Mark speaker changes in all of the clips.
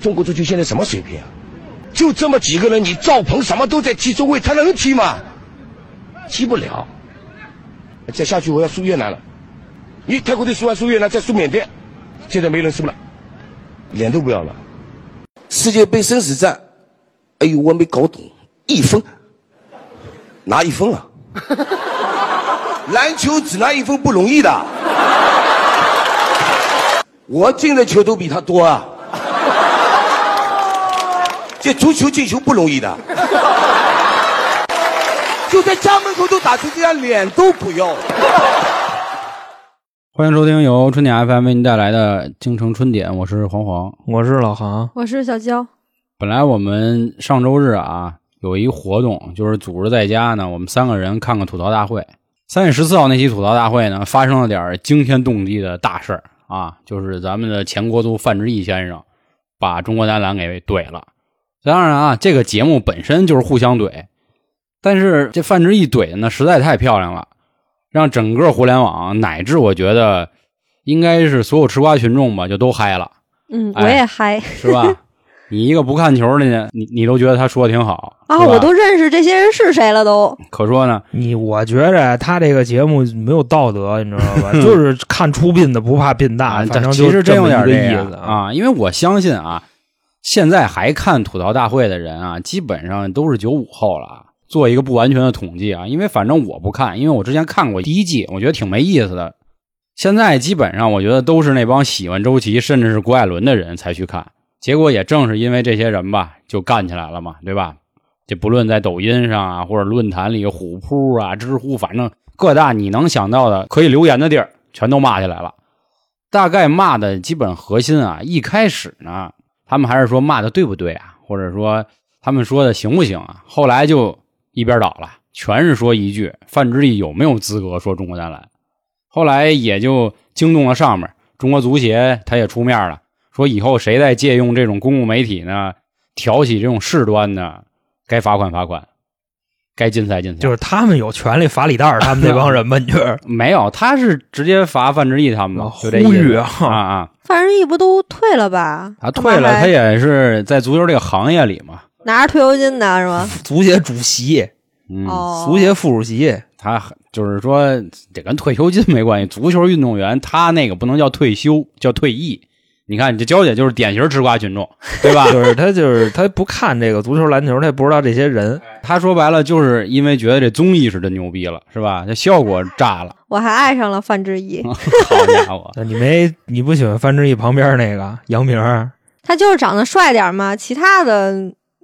Speaker 1: 中国足球现在什么水平啊？就这么几个人，你赵鹏什么都在踢中卫，他能踢吗？踢不了。再下去我要输越南了，你泰国队输完输越南，再输缅甸，现在没人输了，脸都不要了。世界杯生死战，哎呦，我没搞懂，一分，拿一 分啊！篮球只拿一分不容易的，我进的球都比他多啊。这足球进球不容易的，就在家门口都打出去，连脸都不要了。
Speaker 2: 欢迎收听由春点 FM 为您带来的《京城春点》，我是黄黄。
Speaker 3: 我是老航，
Speaker 4: 我是小娇，
Speaker 2: 本来我们上周日啊有一活动，就是组织在家呢，我们三个人看看吐槽大会。三月十四号那期吐槽大会呢，发生了点儿惊天动地的大事儿啊，就是咱们的前国足范志毅先生把中国男篮给怼了。当然啊，这个节目本身就是互相怼，但是这范志毅怼的呢，实在太漂亮了，让整个互联网乃至我觉得应该是所有吃瓜群众吧，就都嗨了。
Speaker 4: 嗯，
Speaker 2: 哎
Speaker 4: 我也嗨
Speaker 2: 是 吧？你一个不看球的呢，你你都觉得他说的挺好
Speaker 4: 啊，
Speaker 2: 是吧
Speaker 4: 我都认识这些人是谁了都。
Speaker 2: 可说呢，
Speaker 3: 你我觉着他这个节目没有道德，你知道 吧？就是看出殡的不怕殡大，
Speaker 2: 啊，
Speaker 3: 反正
Speaker 2: 其
Speaker 3: 就
Speaker 2: 实真
Speaker 3: 这
Speaker 2: 有
Speaker 3: 么
Speaker 2: 点
Speaker 3: 一个
Speaker 2: 这
Speaker 3: 意
Speaker 2: 样
Speaker 3: 思。
Speaker 2: 啊，因为我相信啊，现在还看吐槽大会的人啊，基本上都是九五后了啊。做一个不完全的统计啊，因为反正我不看，因为我之前看过第一季，我觉得挺没意思的。现在基本上我觉得都是那帮喜欢周琦甚至是郭艾伦的人才去看，结果也正是因为这些人吧，就干起来了嘛，对吧？这不论在抖音上啊，或者论坛里、虎扑啊、知乎，反正各大你能想到的可以留言的地儿，全都骂起来了。大概骂的基本核心啊，一开始呢，他们还是说骂的对不对啊，或者说他们说的行不行啊？后来就一边倒了，全是说一句范志毅有没有资格说中国男篮？后来也就惊动了上面，中国足协他也出面了，说以后谁再借用这种公共媒体呢，挑起这种事端呢，该罚款罚款，该禁赛禁赛。
Speaker 3: 就是他们有权利罚李诞儿他们那帮人吧？你觉得？
Speaker 2: 没有，他是直接罚范志毅他们嘛，就这意
Speaker 3: 呼吁
Speaker 2: 思
Speaker 3: 啊
Speaker 2: 啊啊！
Speaker 4: 范志毅不都退了吧？
Speaker 2: 他
Speaker 4: 干嘛
Speaker 2: 退了，
Speaker 4: 还
Speaker 2: 他也是在足球这个行业里嘛，
Speaker 4: 拿着退休金呢，是吗？
Speaker 3: 足协主席、
Speaker 2: 嗯，
Speaker 4: 哦，
Speaker 3: 足协副主席，
Speaker 2: 他很就是说这跟退休金没关系。足球运动员他那个不能叫退休，叫退役。你看，你这娇姐就是典型吃瓜群众，对 吧？
Speaker 3: 就是他，就是他不看这个足球、篮球，他也不知道这些人。
Speaker 2: 他说白了，就是因为觉得这综艺是真牛逼了，是吧？这效果炸了，
Speaker 4: 我还爱上了范志毅，
Speaker 2: 嗯好家伙！
Speaker 3: 你没你不喜欢范志毅旁边那个杨明儿？
Speaker 4: 他就是长得帅点嘛，其他的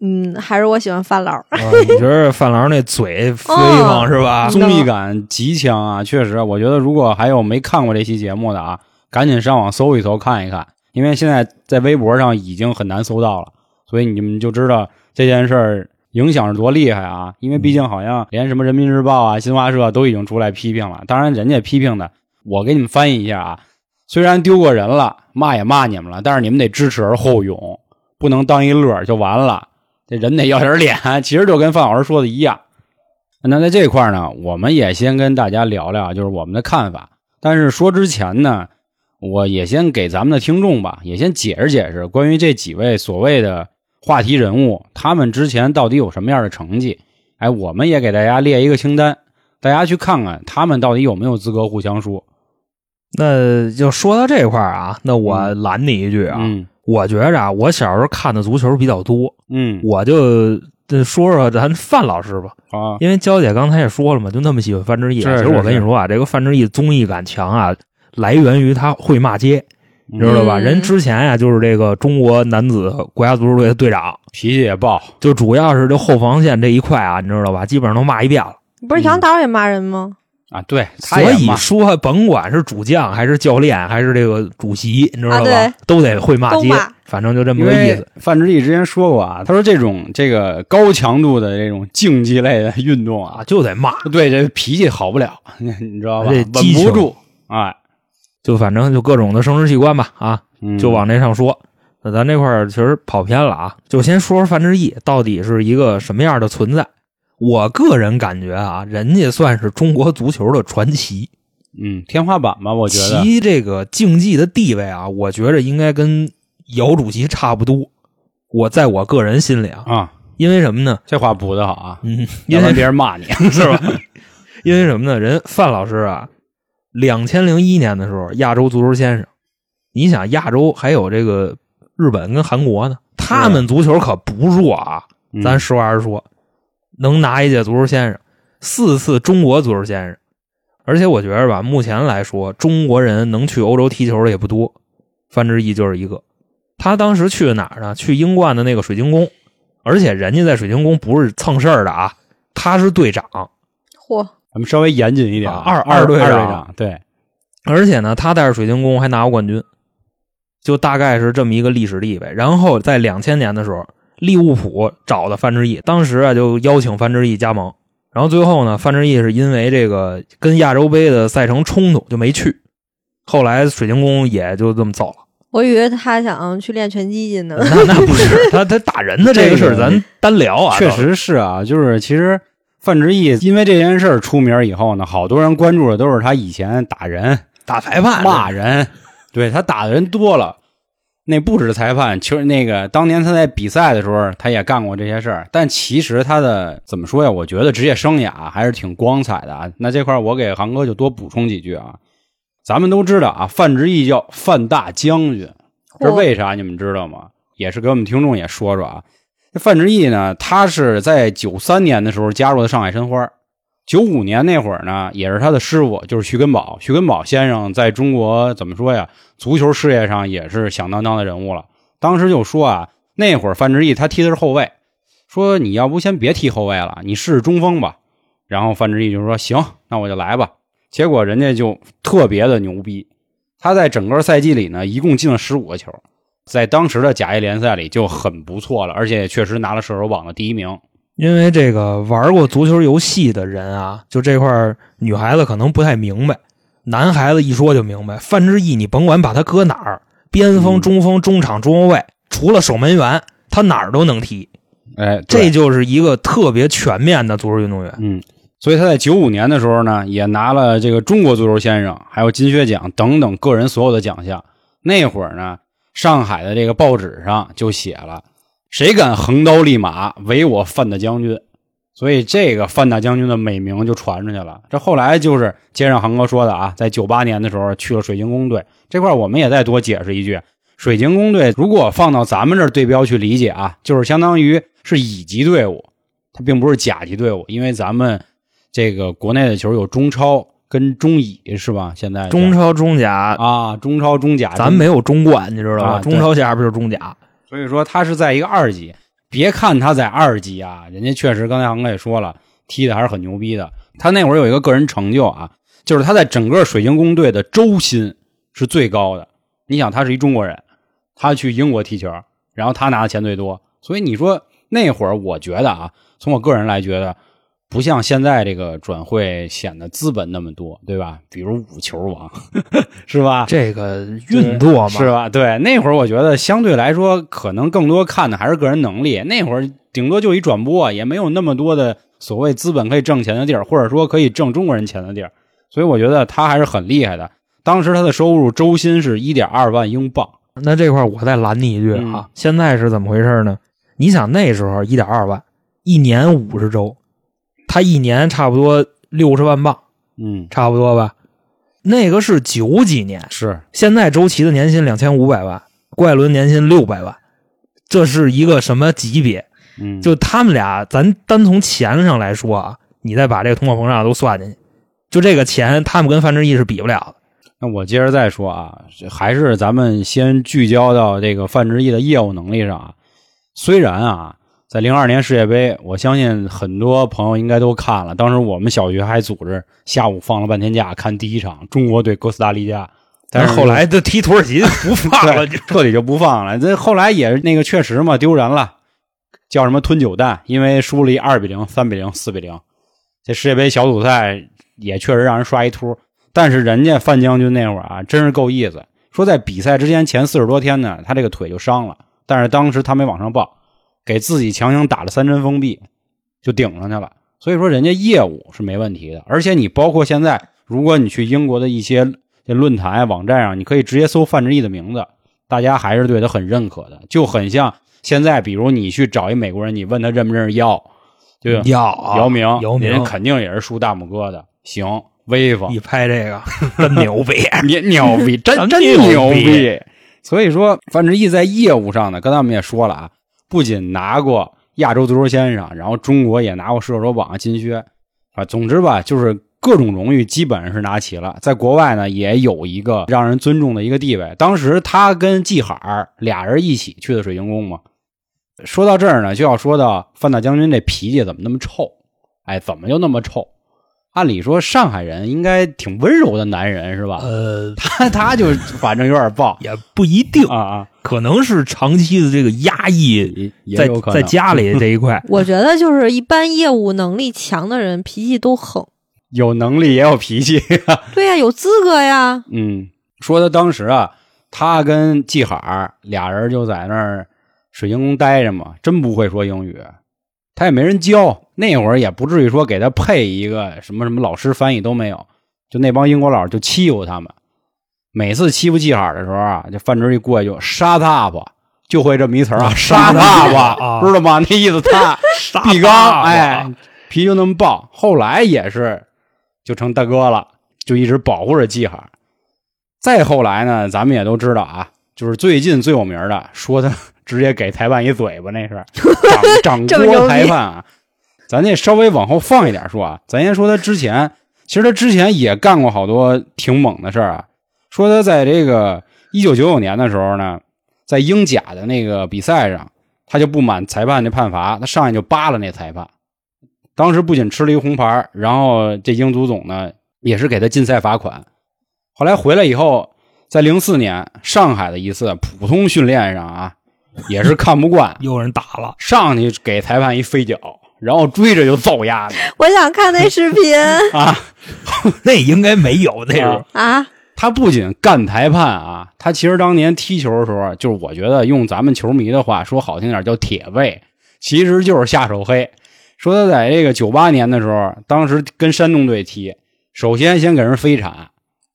Speaker 4: 嗯，还是我喜欢范老。
Speaker 3: 啊你觉得范郎那嘴飞吗？
Speaker 4: 哦
Speaker 3: 是吧？
Speaker 2: 综艺感极强啊，确实，我觉得如果还有没看过这期节目的啊，赶紧上网搜一搜看一看，因为现在在微博上已经很难搜到了，所以你们就知道这件事儿影响是多厉害啊！因为毕竟好像连什么人民日报啊、新华社、都已经出来批评了，当然人家批评的，我给你们翻译一下啊，虽然丢过人了，骂也骂你们了，但是你们得知耻而后勇，不能当一乐儿就完了。这人得要点脸，啊其实就跟范老师说的一样。那在这块儿呢，我们也先跟大家聊聊，就是我们的看法。但是说之前呢，我也先给咱们的听众吧，也先解释解释关于这几位所谓的话题人物，他们之前到底有什么样的成绩？哎，我们也给大家列一个清单，大家去看看他们到底有没有资格互相说
Speaker 3: 那就说到这块儿啊，那我拦你一句啊，
Speaker 2: 嗯
Speaker 3: 我觉着啊，我小时候看的足球比较多，
Speaker 2: 嗯，
Speaker 3: 我就呃说说咱范老师吧，
Speaker 2: 啊，
Speaker 3: 因为娇姐刚才也说了嘛，就那么喜欢范志毅。
Speaker 2: 是是
Speaker 3: 其实我
Speaker 2: 是
Speaker 3: 跟你说啊，这个范志毅综艺感强啊，来源于他会骂街，你知道吧？
Speaker 4: 嗯
Speaker 3: 人之前啊，就是这个中国男子国家足球队的队长，
Speaker 2: 脾气也爆，
Speaker 3: 就主要是这后防线这一块啊，你知道吧？基本上都骂一遍了。
Speaker 4: 不是
Speaker 2: 嗯
Speaker 4: 杨导也骂人吗？
Speaker 2: 啊，对，他
Speaker 3: 所
Speaker 2: 也
Speaker 3: 以
Speaker 2: 骂
Speaker 3: 说，甭管是主将还是教练还是这个主席，你知道
Speaker 4: 啊
Speaker 3: 吧？
Speaker 4: 对
Speaker 3: 都得会骂
Speaker 4: 都
Speaker 3: 街
Speaker 4: 骂，
Speaker 3: 反正就这么
Speaker 2: 因
Speaker 3: 个意思
Speaker 2: 为。范志毅之前说过啊，他说这种这个高强度的这种竞技类的运动啊
Speaker 3: 啊，，就得骂，
Speaker 2: 对，这脾气好不了，你你知道吧？
Speaker 3: 这
Speaker 2: 稳
Speaker 3: 激
Speaker 2: 不
Speaker 3: 情
Speaker 2: 住，哎，
Speaker 3: 就反正就各种的生殖器官吧，啊，
Speaker 2: 嗯
Speaker 3: 就往那上说。那咱这块儿其实跑偏了啊，就先说说范志毅到底是一个什么样的存在。我个人感觉啊，人家算是中国足球的传奇，
Speaker 2: 嗯天花板吧，我觉得
Speaker 3: 其这个竞技的地位啊，我觉着应该跟姚主席差不多。我在我个人心里啊，
Speaker 2: 啊，
Speaker 3: 因为什么呢？
Speaker 2: 这话补的好啊，
Speaker 3: 嗯，
Speaker 2: 要不
Speaker 3: 因为
Speaker 2: 然别人骂 你。
Speaker 3: 是吧？因为什么呢？人范老师啊，两千零一年的时候，亚洲足球先生，你想亚洲还有这个日本跟韩国呢，他们足球可不弱啊。
Speaker 2: 嗯
Speaker 3: 咱实话实说，能拿一届足球先生，四次中国足球先生。而且我觉着吧，目前来说，中国人能去欧洲踢球的也不多，范志毅就是一个。他当时去的哪儿呢？去英冠的那个水晶宫，而且人家在水晶宫不是蹭事儿的啊，他是队长，
Speaker 4: 嚯，
Speaker 2: 咱们稍微严谨一点啊，
Speaker 3: 啊二
Speaker 2: 二
Speaker 3: 二队
Speaker 2: 二队
Speaker 3: 长
Speaker 2: 长，对，
Speaker 3: 而且呢，他带着水晶宫还拿过冠军，就大概是这么一个历史地位。然后在两千年的时候，利物浦找的范志毅，当时啊就邀请范志毅加盟。然后最后呢，范志毅是因为这个跟亚洲杯的赛程冲突就没去，后来水晶宫也就这么走了。
Speaker 4: 我以为他想去练拳击去呢。
Speaker 2: 嗯
Speaker 3: 那那不是他他打人的这个事儿，
Speaker 2: 这个
Speaker 3: 咱单聊啊。
Speaker 2: 确实是啊，就是其实范志毅因为这件事儿出名以后呢，好多人关注的都是他以前打人、
Speaker 3: 打裁判
Speaker 2: 骂人，对他打的人多了。那不止裁判，其实那个当年他在比赛的时候，他也干过这些事儿。但其实他的怎么说呀？我觉得职业生涯还是挺光彩的啊。那这块儿我给航哥就多补充几句啊。咱们都知道啊，范志毅叫范大将军，这
Speaker 4: 嚯，
Speaker 2: 为啥你们知道吗？也是给我们听众也说说啊。这范志毅呢，他是在九三年的时候加入的上海申花，九五年那会儿呢，也是他的师傅，就是徐根宝。徐根宝先生在中国怎么说呀？足球事业上也是响当当的人物了。当时就说啊，那会儿范志毅他踢的是后卫，说你要不先别踢后卫了，你试试中锋吧。然后范志毅就说行，那我就来吧。结果人家就特别的牛逼，他在整个赛季里呢，一共进了十五个球，在当时的甲 A 联赛里就很不错了，而且也确实拿了射手榜的第一名。
Speaker 3: 因为这个玩过足球游戏的人啊，就这块儿女孩子可能不太明白，男孩子一说就明白。范志毅，你甭管把他搁哪儿，边
Speaker 2: 嗯
Speaker 3: 锋、中锋、中场、中后卫，除了守门员，他哪儿都能踢。
Speaker 2: 哎，对
Speaker 3: 这就是一个特别全面的足球运动员。
Speaker 2: 嗯，所以他在九五年的时候呢，也拿了这个中国足球先生，还有金靴奖等等个人所有的奖项。那会儿呢，上海的这个报纸上就写了：“谁敢横刀立马，唯我范大将军。”所以这个范大将军的美名就传出去了。这后来就是接上航哥说的啊，在九八年的时候去了水晶宫队这块，我们也再多解释一句：水晶宫队如果放到咱们这儿对标去理解啊，就是相当于是乙级队伍，它并不是甲级队伍，因为咱们这个国内的球有中超跟中乙是吧？现在叫
Speaker 3: 中超、中甲，
Speaker 2: 啊，中超、中甲，
Speaker 3: 咱没有中冠，你知道吧？
Speaker 2: 啊对
Speaker 3: 中超下边就是中甲。
Speaker 2: 所以说他是在一个二级。别看他在二级啊，人家确实刚才航哥也说了，踢的还是很牛逼的。他那会儿有一个个人成就啊，就是他在整个水晶宫队的周薪是最高的。你想，他是一中国人，他去英国踢球，然后他拿的钱最多。所以你说那会儿，我觉得啊，从我个人来觉得，不像现在这个转会显得资本那么多，对吧？比如五球王， 是吧？
Speaker 3: 这个运作嘛，
Speaker 2: 是吧？对，那会儿我觉得相对来说，可能更多看的还是个人能力。那会儿顶多就一转播，也没有那么多的所谓资本可以挣钱的地儿，或者说可以挣中国人钱的地儿。所以我觉得他还是很厉害的。当时他的收入周薪是一点二万英镑，
Speaker 3: 那这块儿我再拦你一句啊，
Speaker 2: 嗯
Speaker 3: 现在是怎么回事呢？你想那时候一点二万，一年五十周，他一年差不多六十万镑，
Speaker 2: 嗯，
Speaker 3: 差不多吧？那个是九几年，
Speaker 2: 是
Speaker 3: 现在周琦的年薪两千五百万，怪伦年薪六百万，这是一个什么级别？
Speaker 2: 嗯，
Speaker 3: 就他们俩，咱单从钱上来说啊，你再把这个通货膨胀都算进去，就这个钱，他们跟范志毅是比不了的。
Speaker 2: 那我接着再说啊，这还是咱们先聚焦到这个范志毅的业务能力上啊。虽然啊，在零二年世界杯，我相信很多朋友应该都看了，当时我们小学还组织下午放了半天假看第一场中国对哥斯达黎加，但
Speaker 3: 但
Speaker 2: 是
Speaker 3: 后来就踢土耳其就不 放了，
Speaker 2: 对彻底就不放了。这后来也是那个确实嘛，丢人了，叫什么吞九蛋，因为输了一二比零、三比零、四比零。这世界杯小组赛也确实让人刷一秃，但是人家范将军那会儿啊，真是够意思。说在比赛之前前四十多天呢，他这个腿就伤了，但是当时他没往上报，给自己强行打了三针封闭，就顶上去了。所以说，人家业务是没问题的，而且你包括现在，如果你去英国的一些这论坛啊网站上，你可以直接搜范志毅的名字，大家还是对他很认可的，就很像现在比如你去找一美国人，你问他认不认识姚，对吧？
Speaker 3: 姚
Speaker 2: 姚明，
Speaker 3: 姚明
Speaker 2: 人家肯定也是竖大拇哥的，行，威风
Speaker 3: 一，拍这个真牛 逼，
Speaker 2: 你牛逼， 真真
Speaker 3: 真牛
Speaker 2: 牛
Speaker 3: 逼
Speaker 2: 逼。所以说，范志毅在业务上呢，刚才我们也说了啊，不仅拿过亚洲足球先生，然后中国也拿过射手榜金靴啊。总之吧，就是各种荣誉基本上是拿齐了。在国外呢，也有一个让人尊重的一个地位。当时他跟季海儿俩人一起去的水晶宫嘛。说到这儿呢，就要说到范大将军这脾气怎么那么臭？哎，怎么就那么臭？按理说上海人应该挺温柔的男人是吧？
Speaker 3: 呃，
Speaker 2: 他他就反正有点暴
Speaker 3: 也不一定，
Speaker 2: 啊啊，
Speaker 3: 可能是长期的这个压抑，
Speaker 2: 也也
Speaker 3: 在
Speaker 2: 有可能
Speaker 3: 在 家里这一块
Speaker 4: 我觉得就是一般业务能力强的人脾气都横。
Speaker 2: 有能力也有脾气。
Speaker 4: 对呀、有资格呀。
Speaker 2: 嗯，说他当时啊，他跟季海儿俩人就在那儿水晶宫待着嘛，真不会说英语，他也没人教。那会儿也不至于说给他配一个什么什么老师翻译都没有，就那帮英国佬就欺负他们。每次欺负季海儿的时候啊，就范志毅过去就杀他吧，就会这么一词儿 啊，杀他吧，
Speaker 3: 啊
Speaker 2: 知道吗？那意思他
Speaker 3: 杀
Speaker 2: 毕
Speaker 3: 爸
Speaker 2: 刚，
Speaker 3: 爸，
Speaker 2: 哎，脾气就那么暴，后来也是就成大哥了，就一直保护着季海。再后来呢，咱们也都知道啊，就是最近最有名的， 说他直接给裁判一嘴巴，那是掌
Speaker 4: 这
Speaker 2: 掌
Speaker 4: 么牛
Speaker 2: 掴
Speaker 4: 逼
Speaker 2: 裁判啊。咱这稍微往后放一点说啊，咱先说他之前，其实他之前也干过好多挺猛的事儿啊。说他在这个一九九九年的时候呢，在英甲的那个比赛上，他就不满裁判的判罚，他上去就扒拉那裁判。当时不仅吃了一个红牌儿，然后这英足总呢也是给他禁赛罚款。后来回来以后，在零四年上海的一次普通训练上啊，也是看不惯
Speaker 3: 又有人打了，
Speaker 2: 上去给裁判一飞脚，然后追着就揍丫的
Speaker 4: 我想看那 视频
Speaker 2: 啊！
Speaker 3: 那应该没有那
Speaker 2: 啊
Speaker 3: 种，
Speaker 4: 啊！
Speaker 2: 他不仅干裁判啊，他其实当年踢球的时候，就是我觉得用咱们球迷的话说好听点叫铁卫，其实就是下手黑。说他在这个九八年的时候，当时跟山东队踢，首先先给人飞铲，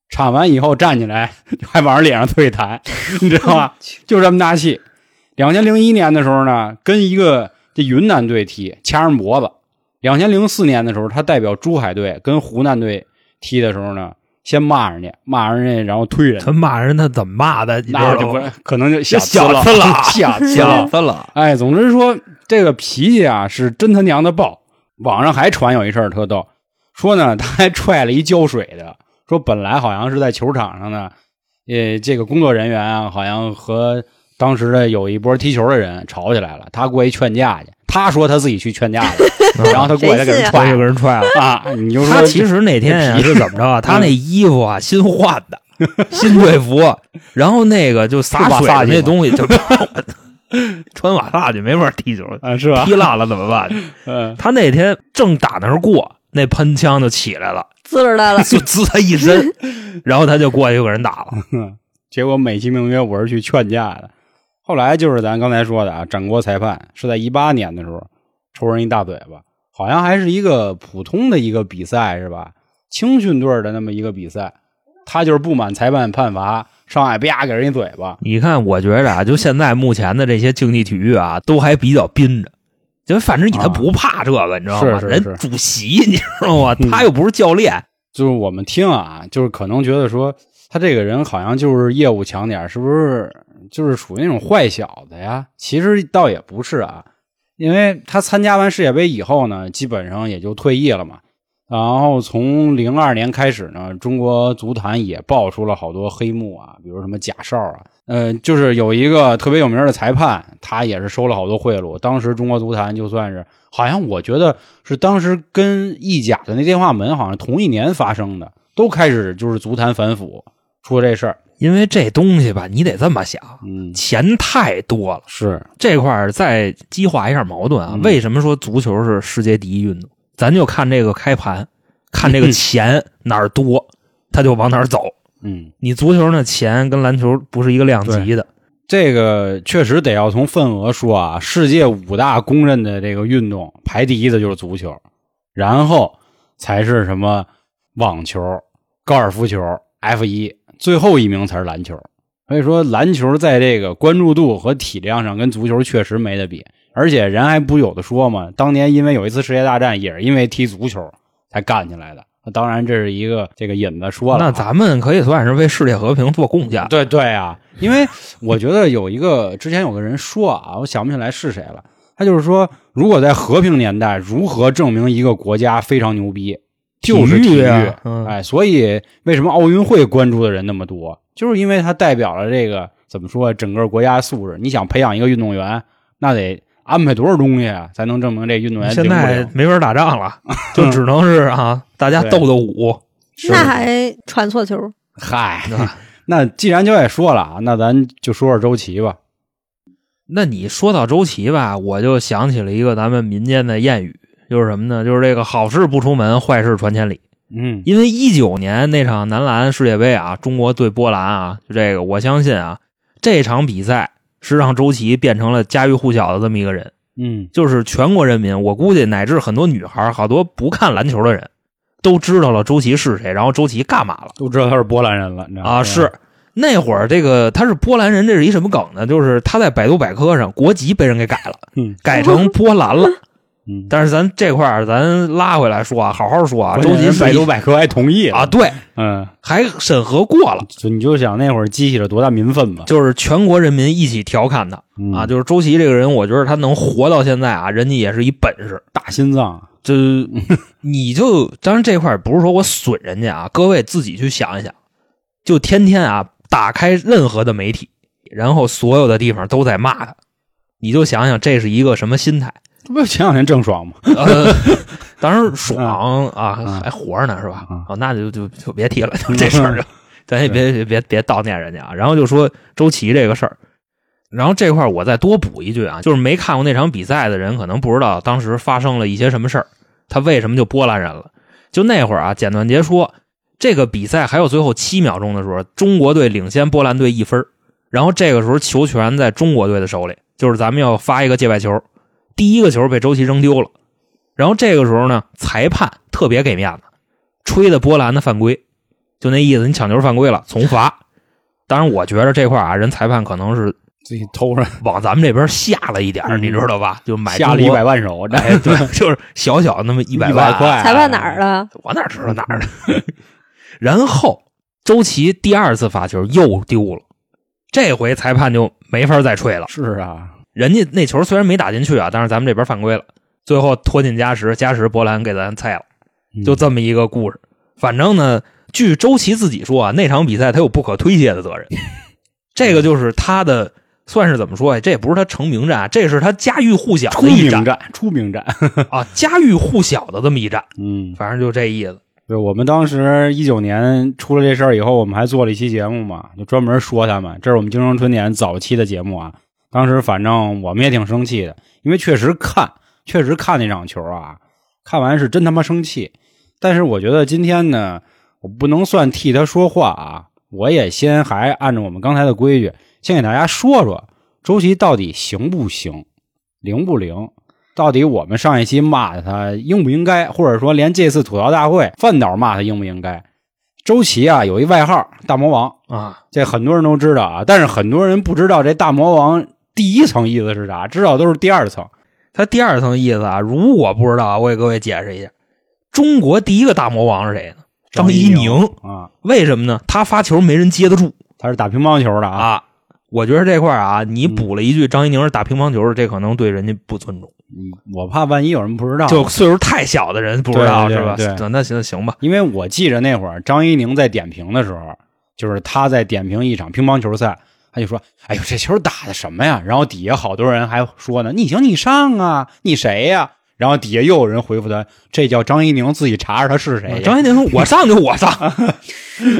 Speaker 2: 铲完以后站起来还往人脸上对弹，你知道吧？就是这么大气。两千零一年的时候呢，跟一个这云南队踢，掐人脖子。两千零四年的时候，他代表珠海队跟湖南队踢的时候呢，先骂人家，骂人家，然后推人
Speaker 3: 他，骂人他怎么骂的？你知
Speaker 2: 那
Speaker 3: 道
Speaker 2: 就不
Speaker 3: 吗
Speaker 2: 可能就
Speaker 3: 这
Speaker 2: 下次了，
Speaker 3: 次了
Speaker 2: 下次
Speaker 3: 吓
Speaker 2: 了。
Speaker 3: 死了，
Speaker 2: 哎，总之说这个脾气啊是真他娘的爆。网上还传有一事儿特逗，说呢他还踹了一浇水的，说本来好像是在球场上呢，呃，这个工作人员啊好像和当时的有一波踢球的人吵起来了，他过去劝架去，他说他自己去劝架去，然后他过去给人
Speaker 3: 我
Speaker 2: 踹
Speaker 3: 有个人踹了。
Speaker 2: 啊，你就说
Speaker 3: 他其实那天呀
Speaker 2: 这皮
Speaker 3: 是怎么着啊？他那衣服啊新换的，新队服，然后那个就洒水的那东西就穿瓦萨去没法踢球，
Speaker 2: 啊是吧？
Speaker 3: 踢烂了怎么办？
Speaker 2: 嗯，
Speaker 3: 他那天正打那儿过，那喷枪就 起来了，
Speaker 4: 滋溜来了，
Speaker 3: 就滋他一身，然后他就过去就给人打了。
Speaker 2: 结果美其名曰我是去劝架的。后来就是咱刚才说的啊，掌掴裁判是在一八年的时候抽人一大嘴巴，好像还是一个普通的一个比赛是吧？青训队的那么一个比赛，他就是不满裁判判罚，上来啪给人一嘴巴。
Speaker 3: 你看，我觉着啊，就现在目前的这些竞技体育啊，都还比较宾着。就反正你他
Speaker 2: 啊
Speaker 3: 不怕这个，你知道
Speaker 2: 是是
Speaker 3: 吗？
Speaker 2: 是
Speaker 3: 人主席，你知道吗？
Speaker 2: 嗯
Speaker 3: 他又不是教练，
Speaker 2: 就是我们听啊，就是可能觉得说他这个人好像就是业务强点儿，是不是就是属于那种坏小子呀？其实倒也不是啊，因为他参加完世界杯以后呢，基本上也就退役了嘛。然后从零二年开始呢，中国足坛也爆出了好多黑幕啊，比如什么假哨啊，呃，就是有一个特别有名的裁判，他也是收了好多贿赂。当时中国足坛就算是好像我觉得是当时跟意甲的那电话门好像同一年发生的，都开始就是足坛反腐出这事儿。
Speaker 3: 因为这东西吧，你得这么想，
Speaker 2: 嗯，
Speaker 3: 钱太多了，
Speaker 2: 是
Speaker 3: 这块儿再激化一下矛盾啊。
Speaker 2: 嗯
Speaker 3: 为什么说足球是世界第一运动？咱就看这个开盘，看这个钱哪儿多，他就往哪儿走。
Speaker 2: 嗯，
Speaker 3: 你足球那钱跟篮球不是一个量级的，
Speaker 2: 这个确实得要从份额说啊。世界五大公认的这个运动，排第一的就是足球，然后才是什么网球、高尔夫球、F 一，最后一名才是篮球。所以说，篮球在这个关注度和体量上跟足球确实没得比，而且人还不有的说嘛，当年因为有一次世界大战，也是因为踢足球才干起来的。那当然，这是一个这个引子说了啊。
Speaker 3: 那咱们可以算是为世界和平做贡献。
Speaker 2: 对对啊，因为我觉得有一个之前有个人说啊，我想不起来是谁了，他就是说，如果在和平年代，如何证明一个国家非常牛逼，就是体
Speaker 3: 体
Speaker 2: 育。
Speaker 3: 育啊嗯
Speaker 2: 哎，所以为什么奥运会关注的人那么多，就是因为它代表了这个怎么说，整个国家素质。你想培养一个运动员，那得安排多少东西啊，才能证明这运动员
Speaker 3: 现
Speaker 2: 灵不
Speaker 3: 在
Speaker 2: 灵？
Speaker 3: 没法打仗 了，就只能是啊，大家斗斗武。
Speaker 2: 是
Speaker 4: 那还传错球，
Speaker 2: 嗨，那既然就也说了啊，那咱就说说周琦吧。
Speaker 3: 那你说到周琦吧，我就想起了一个咱们民间的谚语，就是什么呢？就是这个好事不出门，坏事传千里。
Speaker 2: 嗯
Speaker 3: 因为一九年那场男篮世界杯啊，中国对波兰啊，就这个我相信啊，这场比赛是让周琦变成了家喻户晓的这么一个人，
Speaker 2: 嗯，
Speaker 3: 就是全国人民，我估计乃至很多女孩儿，好多不看篮球的人都知道了周琦是谁，然后周琦干嘛了
Speaker 2: 都知道他是波兰人了，你知道吗？
Speaker 3: 啊？是那会儿这个他是波兰人，这是一什么梗呢？就是他在百度百科上国籍被人给改 了，
Speaker 2: 嗯
Speaker 3: 改成波兰了。
Speaker 2: 嗯，
Speaker 3: 但是咱这块儿咱拉回来说啊，好好说啊，
Speaker 2: 关
Speaker 3: 周
Speaker 2: 键
Speaker 3: 琦
Speaker 2: 人
Speaker 3: 是
Speaker 2: 百
Speaker 3: 一
Speaker 2: 度百科还同意了
Speaker 3: 啊，，对，
Speaker 2: 嗯，
Speaker 3: 还审核过了。
Speaker 2: 就你就想那会儿激起了多大民愤吧？
Speaker 3: 就是全国人民一起调侃他
Speaker 2: 嗯
Speaker 3: 啊，就是周琦这个人，我觉得他能活到现在啊，人家也是一本事。
Speaker 2: 大心脏，
Speaker 3: 就你就当然这块儿不是说我损人家啊，各位自己去想一想，就天天啊打开任何的媒体，然后所有的地方都在骂他，你就想想这是一个什么心态。
Speaker 2: 这不是前两天郑爽吗？
Speaker 3: 呃，当然爽啊
Speaker 2: 嗯，
Speaker 3: 还活着呢是吧
Speaker 2: 嗯？
Speaker 3: 哦，那就就就别提了，就这事儿就，咱也别别别别悼念人家啊。然后就说周琦这个事儿，然后这块儿我再多补一句啊，就是没看过那场比赛的人可能不知道当时发生了一些什么事儿，他为什么就波兰人了？就那会儿啊，简短截说，这个比赛还有最后七秒钟的时候，中国队领先波兰队一分儿然后这个时候球权在中国队的手里，就是咱们要发一个界外球，第一个球被周琦扔丢了。然后这个时候呢，裁判特别给面子，吹的波兰的犯规，就那意思，你抢球犯规了，重罚。当然，我觉得这块儿啊，人裁判可能是
Speaker 2: 自己偷着
Speaker 3: 往咱们这边下了一点儿，
Speaker 2: 嗯
Speaker 3: 你知道吧？就买
Speaker 2: 下了
Speaker 3: 中
Speaker 2: 一
Speaker 3: 国
Speaker 2: 百，万手， 这
Speaker 3: 哎，对，就是小小那么 一百
Speaker 2: 百
Speaker 3: 万啊
Speaker 2: 块，
Speaker 4: 裁判哪儿？了？
Speaker 3: 我哪知道哪儿呢？ 然后周琦第二次罚球又丢了，这回裁判就没法再吹了。
Speaker 2: 是啊，
Speaker 3: 人家那球虽然没打进去啊，但是咱们这边犯规了，最后拖进加时，加时波兰给咱菜了，
Speaker 2: 嗯
Speaker 3: 就这么一个故事。反正呢，据周琦自己说啊，那场比赛他有不可推卸的责 任，这个就是他的算是怎么说呀？啊这也不是他成名战，这是他家喻户晓
Speaker 2: 出
Speaker 3: 的一
Speaker 2: 名
Speaker 3: 战
Speaker 2: 战，出名战，
Speaker 3: 啊，家喻户晓的这么一战。
Speaker 2: 嗯，
Speaker 3: 反正就这意思。
Speaker 2: 对，我们当时一九年出了这事儿以后，我们还做了一期节目嘛，就专门说他们。这是我们京城春点早期的节目啊。当时反正我们也挺生气的，因为确实看，确实看那场球啊，看完是真他妈生气。但是我觉得今天呢，我不能算替他说话啊，我也先还按照我们刚才的规矩，先给大家说说周琦到底行不行，灵不灵。到底我们上一期骂他应不应该，或者说连这次吐槽大会范导骂他应不应该？周琦啊，有一外号“大魔王
Speaker 3: 啊”，，
Speaker 2: 这很多人都知道啊，但是很多人不知道这“大魔王”第一层意思是啥，知道都是第二层。
Speaker 3: 他第二层意思啊，如果不知道啊，我给各位解释一下，中国第一个大魔王是谁呢？张
Speaker 2: 一
Speaker 3: 怡宁。
Speaker 2: 啊，
Speaker 3: 为什么呢？他发球没人接得住
Speaker 2: 他是打乒乓球的啊，
Speaker 3: 啊。我觉得这块儿啊，你补了一句张怡宁是打乒乓球的，这可能对人家不尊重。
Speaker 2: 嗯我怕万一有人不知道，
Speaker 3: 就岁数太小的人不知道
Speaker 2: 啊对对
Speaker 3: 是
Speaker 2: 对
Speaker 3: 吧？那那行行吧，
Speaker 2: 因为我记着那会儿张怡宁在点评的时候，就是他在点评一场乒乓球赛，他就说：“哎呦，这球打的什么呀？”然后底下好多人还说呢：“你行你上啊，你谁呀、然后底下又有人回复他：“这叫张怡宁，自己查查他是哎谁呀。
Speaker 3: 张怡宁说：“我上就 我上，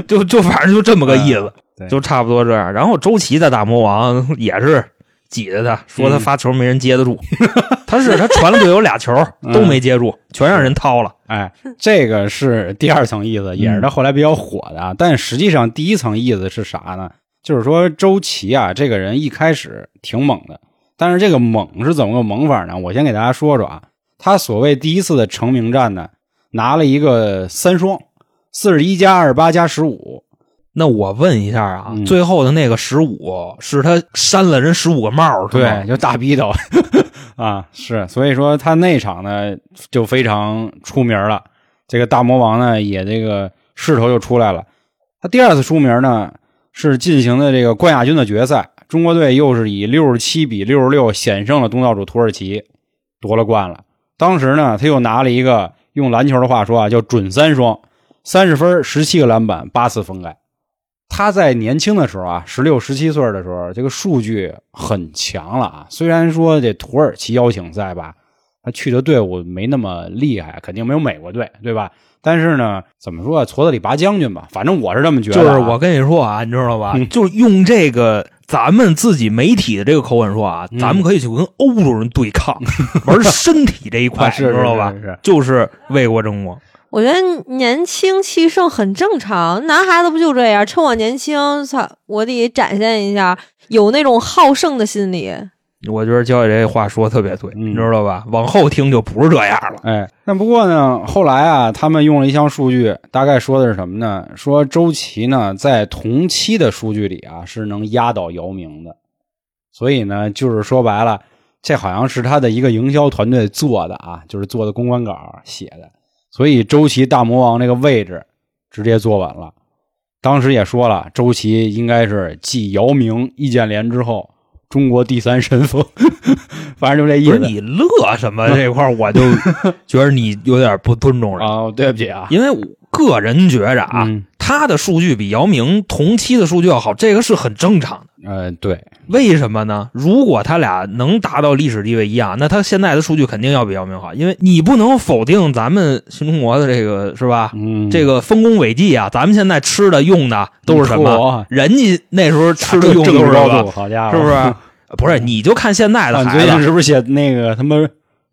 Speaker 3: 就就反正就这么个意思，
Speaker 2: 嗯对
Speaker 3: 就差不多这样。然后周琦的大魔王也是挤着他，说他
Speaker 2: 嗯
Speaker 3: 发球没人接得住， 他是他传了队友俩球
Speaker 2: 嗯
Speaker 3: 都没接住，全让人掏了。
Speaker 2: 哎，这个是第二层意思，也是他后来比较火的。啊。但实际上，第一层意思是啥呢？就是说周琦啊，这个人一开始挺猛的，但是这个猛是怎么个猛法呢？我先给大家说说啊，他所谓第一次的成名战呢，拿了一个三双，四十一加二十八加十五，
Speaker 3: 那我问一下啊，
Speaker 2: 嗯
Speaker 3: 最后的那个十五是他扇了人十五个帽儿，是吗
Speaker 2: 对，，就大逼斗 啊，是，所以说他那场呢就非常出名了。这个大魔王呢也这个势头就出来了。他第二次出名呢是进行的这个冠亚军的决赛，中国队又是以六十七比六十六险胜了东道主土耳其，夺了冠了。当时呢他又拿了一个用篮球的话说啊叫准三双，三十分、十七个篮板、八次封盖。他在年轻的时候啊，十六、十七岁的时候，这个数据很强了啊。虽然说这土耳其邀请赛吧，他去的队伍没那么厉害，肯定没有美国队，对吧？但是呢，怎么说啊，矬子里拔将军吧，反正我是这么觉得、
Speaker 3: 就
Speaker 2: 啊。
Speaker 3: 是我跟你说啊，你知道吧？
Speaker 2: 嗯
Speaker 3: 就是用这个咱们自己媒体的这个口吻说啊，
Speaker 2: 嗯
Speaker 3: 咱们可以去跟欧洲人对抗， 玩身体这一块，
Speaker 2: 啊是
Speaker 3: 你知道吧？
Speaker 2: 是是是
Speaker 3: 就是为国争光。
Speaker 4: 我觉得年轻气盛很正常，男孩子不就这样？趁我年轻，操，我得展现一下，有那种好胜的心理。
Speaker 3: 我觉得焦姐这话说的特别对，
Speaker 2: 嗯
Speaker 3: 你知道吧？往后听就不是这样了。
Speaker 2: 哎，那不过呢，后来啊，他们用了一项数据，大概说的是什么呢？说周琦呢，在同期的数据里啊，是能压倒姚明的。所以呢，就是说白了，这好像是他的一个营销团队做的啊，就是做的公关稿写的。所以周琦大魔王这个位置直接坐稳了。当时也说了，周琦应该是继姚明、易建联之后，中国第三神锋， 反正就这意
Speaker 3: 不是
Speaker 2: 思。
Speaker 3: 你乐什么 这块儿，我就觉得你有点不尊重人，
Speaker 2: 啊，对不起啊，
Speaker 3: 因为我个人觉着啊，
Speaker 2: 嗯
Speaker 3: 他的数据比姚明同期的数据要好，这个是很正常的。
Speaker 2: 呃，对，
Speaker 3: 为什么呢？如果他俩能达到历史地位一样，那他现在的数据肯定要比姚明好，因为你不能否定咱们新中国的这个是吧？
Speaker 2: 嗯，
Speaker 3: 这个丰功伟绩啊，咱们现在吃的用的都是什么？
Speaker 2: 么？
Speaker 3: 人家那时候
Speaker 2: 吃
Speaker 3: 吃的
Speaker 2: 的
Speaker 3: 用的
Speaker 2: 正
Speaker 3: 都是什
Speaker 2: 高度，
Speaker 3: 么？
Speaker 2: 好家伙，
Speaker 3: 是不是？不是，你就看现在的
Speaker 2: 啊你
Speaker 3: 孩
Speaker 2: 最近
Speaker 3: 子，
Speaker 2: 是不是写那个他妈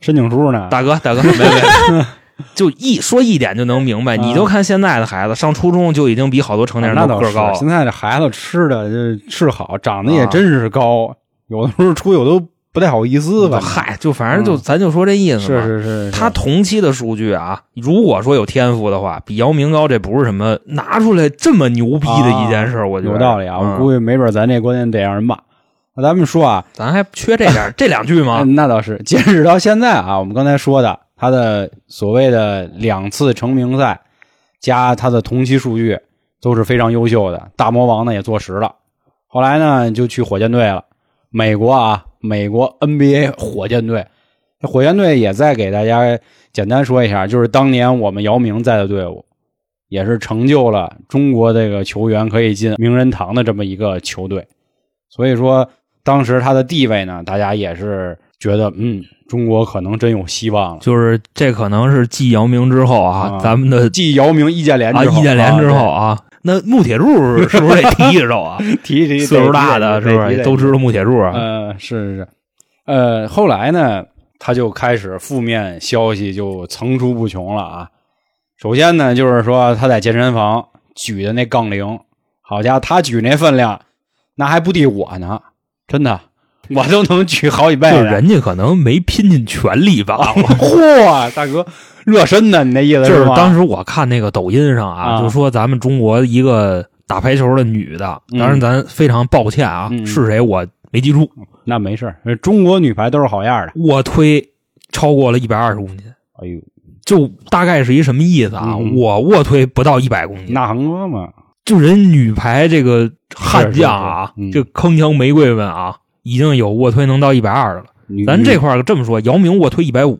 Speaker 2: 申请书呢？哎
Speaker 3: 大哥大哥，没没，就一说一点就能明白。
Speaker 2: 啊
Speaker 3: 你就看现在的孩子，上初中就已经比好多成年
Speaker 2: 啊
Speaker 3: 人
Speaker 2: 那
Speaker 3: 都
Speaker 2: 倒
Speaker 3: 个
Speaker 2: 是
Speaker 3: 儿高，了
Speaker 2: 现。在这孩子吃的就是好，长得也
Speaker 3: 啊
Speaker 2: 真是高，有的时候出去我都不太好意思吧。
Speaker 3: 嗨，就反正就
Speaker 2: 嗯
Speaker 3: 咱就说这意思嘛。
Speaker 2: 是是是，是
Speaker 3: 他同期的数据啊，如果说有天赋的话，比姚明高，这不是什么拿出来这么牛逼的一件事儿，我觉得嗯
Speaker 2: 有道理啊，我估
Speaker 3: 计
Speaker 2: 计没准咱这观点得让人骂。那咱们说啊，
Speaker 3: 咱还缺这 点这两句吗？
Speaker 2: 嗯那倒是， 截止到现在啊，我们刚才说的他的所谓的两次成名赛加他的同期数据都是非常优秀的。大魔王呢也坐实了，后来呢就去火箭队了。美国啊，美国 NBA 火箭队，这火箭队也再给大家简单说一下，就是当年我们姚明在的队伍，也是成就了中国这个球员可以进名人堂的这么一个球队。所以说，当时他的地位呢，大家也是觉得，嗯，中国可能真有希望了。
Speaker 3: 就是这可能是继姚明之后啊，
Speaker 2: 啊
Speaker 3: 咱 们的
Speaker 2: 继姚明、易建联
Speaker 3: 啊
Speaker 2: 之后，
Speaker 3: 易建联之后啊，那穆铁柱是不是得提一手啊？
Speaker 2: 对 提提
Speaker 3: 岁数大的是不是都知道？穆铁柱
Speaker 2: 道
Speaker 3: 啊？
Speaker 2: 呃，是是是，呃，后来呢，他就开始负面消息就层出不穷了啊。首先呢，就是说他在健身房举的那杠铃，好家伙，他举那分量，那还不敌我呢，真 的，我都能举好几倍
Speaker 3: 就是
Speaker 2: 呢。
Speaker 3: 人家可能没拼尽全力吧， 我
Speaker 2: 嚯，大哥，热身呢？你那意思
Speaker 3: 就是
Speaker 2: 吗？
Speaker 3: 当时我看那个抖音上啊，
Speaker 2: 啊
Speaker 3: 就说咱们中国一个打排球的女的，
Speaker 2: 嗯
Speaker 3: 当然咱非常抱歉啊，
Speaker 2: 嗯嗯嗯
Speaker 3: 是谁我没记住，
Speaker 2: 那没事儿，中国女排都是好样儿的。
Speaker 3: 卧推超过了一百二十公斤，
Speaker 2: 哎呦，
Speaker 3: 就大概是一什么意思啊？
Speaker 2: 嗯嗯
Speaker 3: 我卧推不到一百公斤，
Speaker 2: 那恒哥嘛，
Speaker 3: 就人女排这个悍将啊，
Speaker 2: 是是是嗯
Speaker 3: 这铿锵玫瑰们啊，已经有卧推能到一百二的了。
Speaker 2: 女
Speaker 3: 咱这块儿这么说，姚明卧推一百五，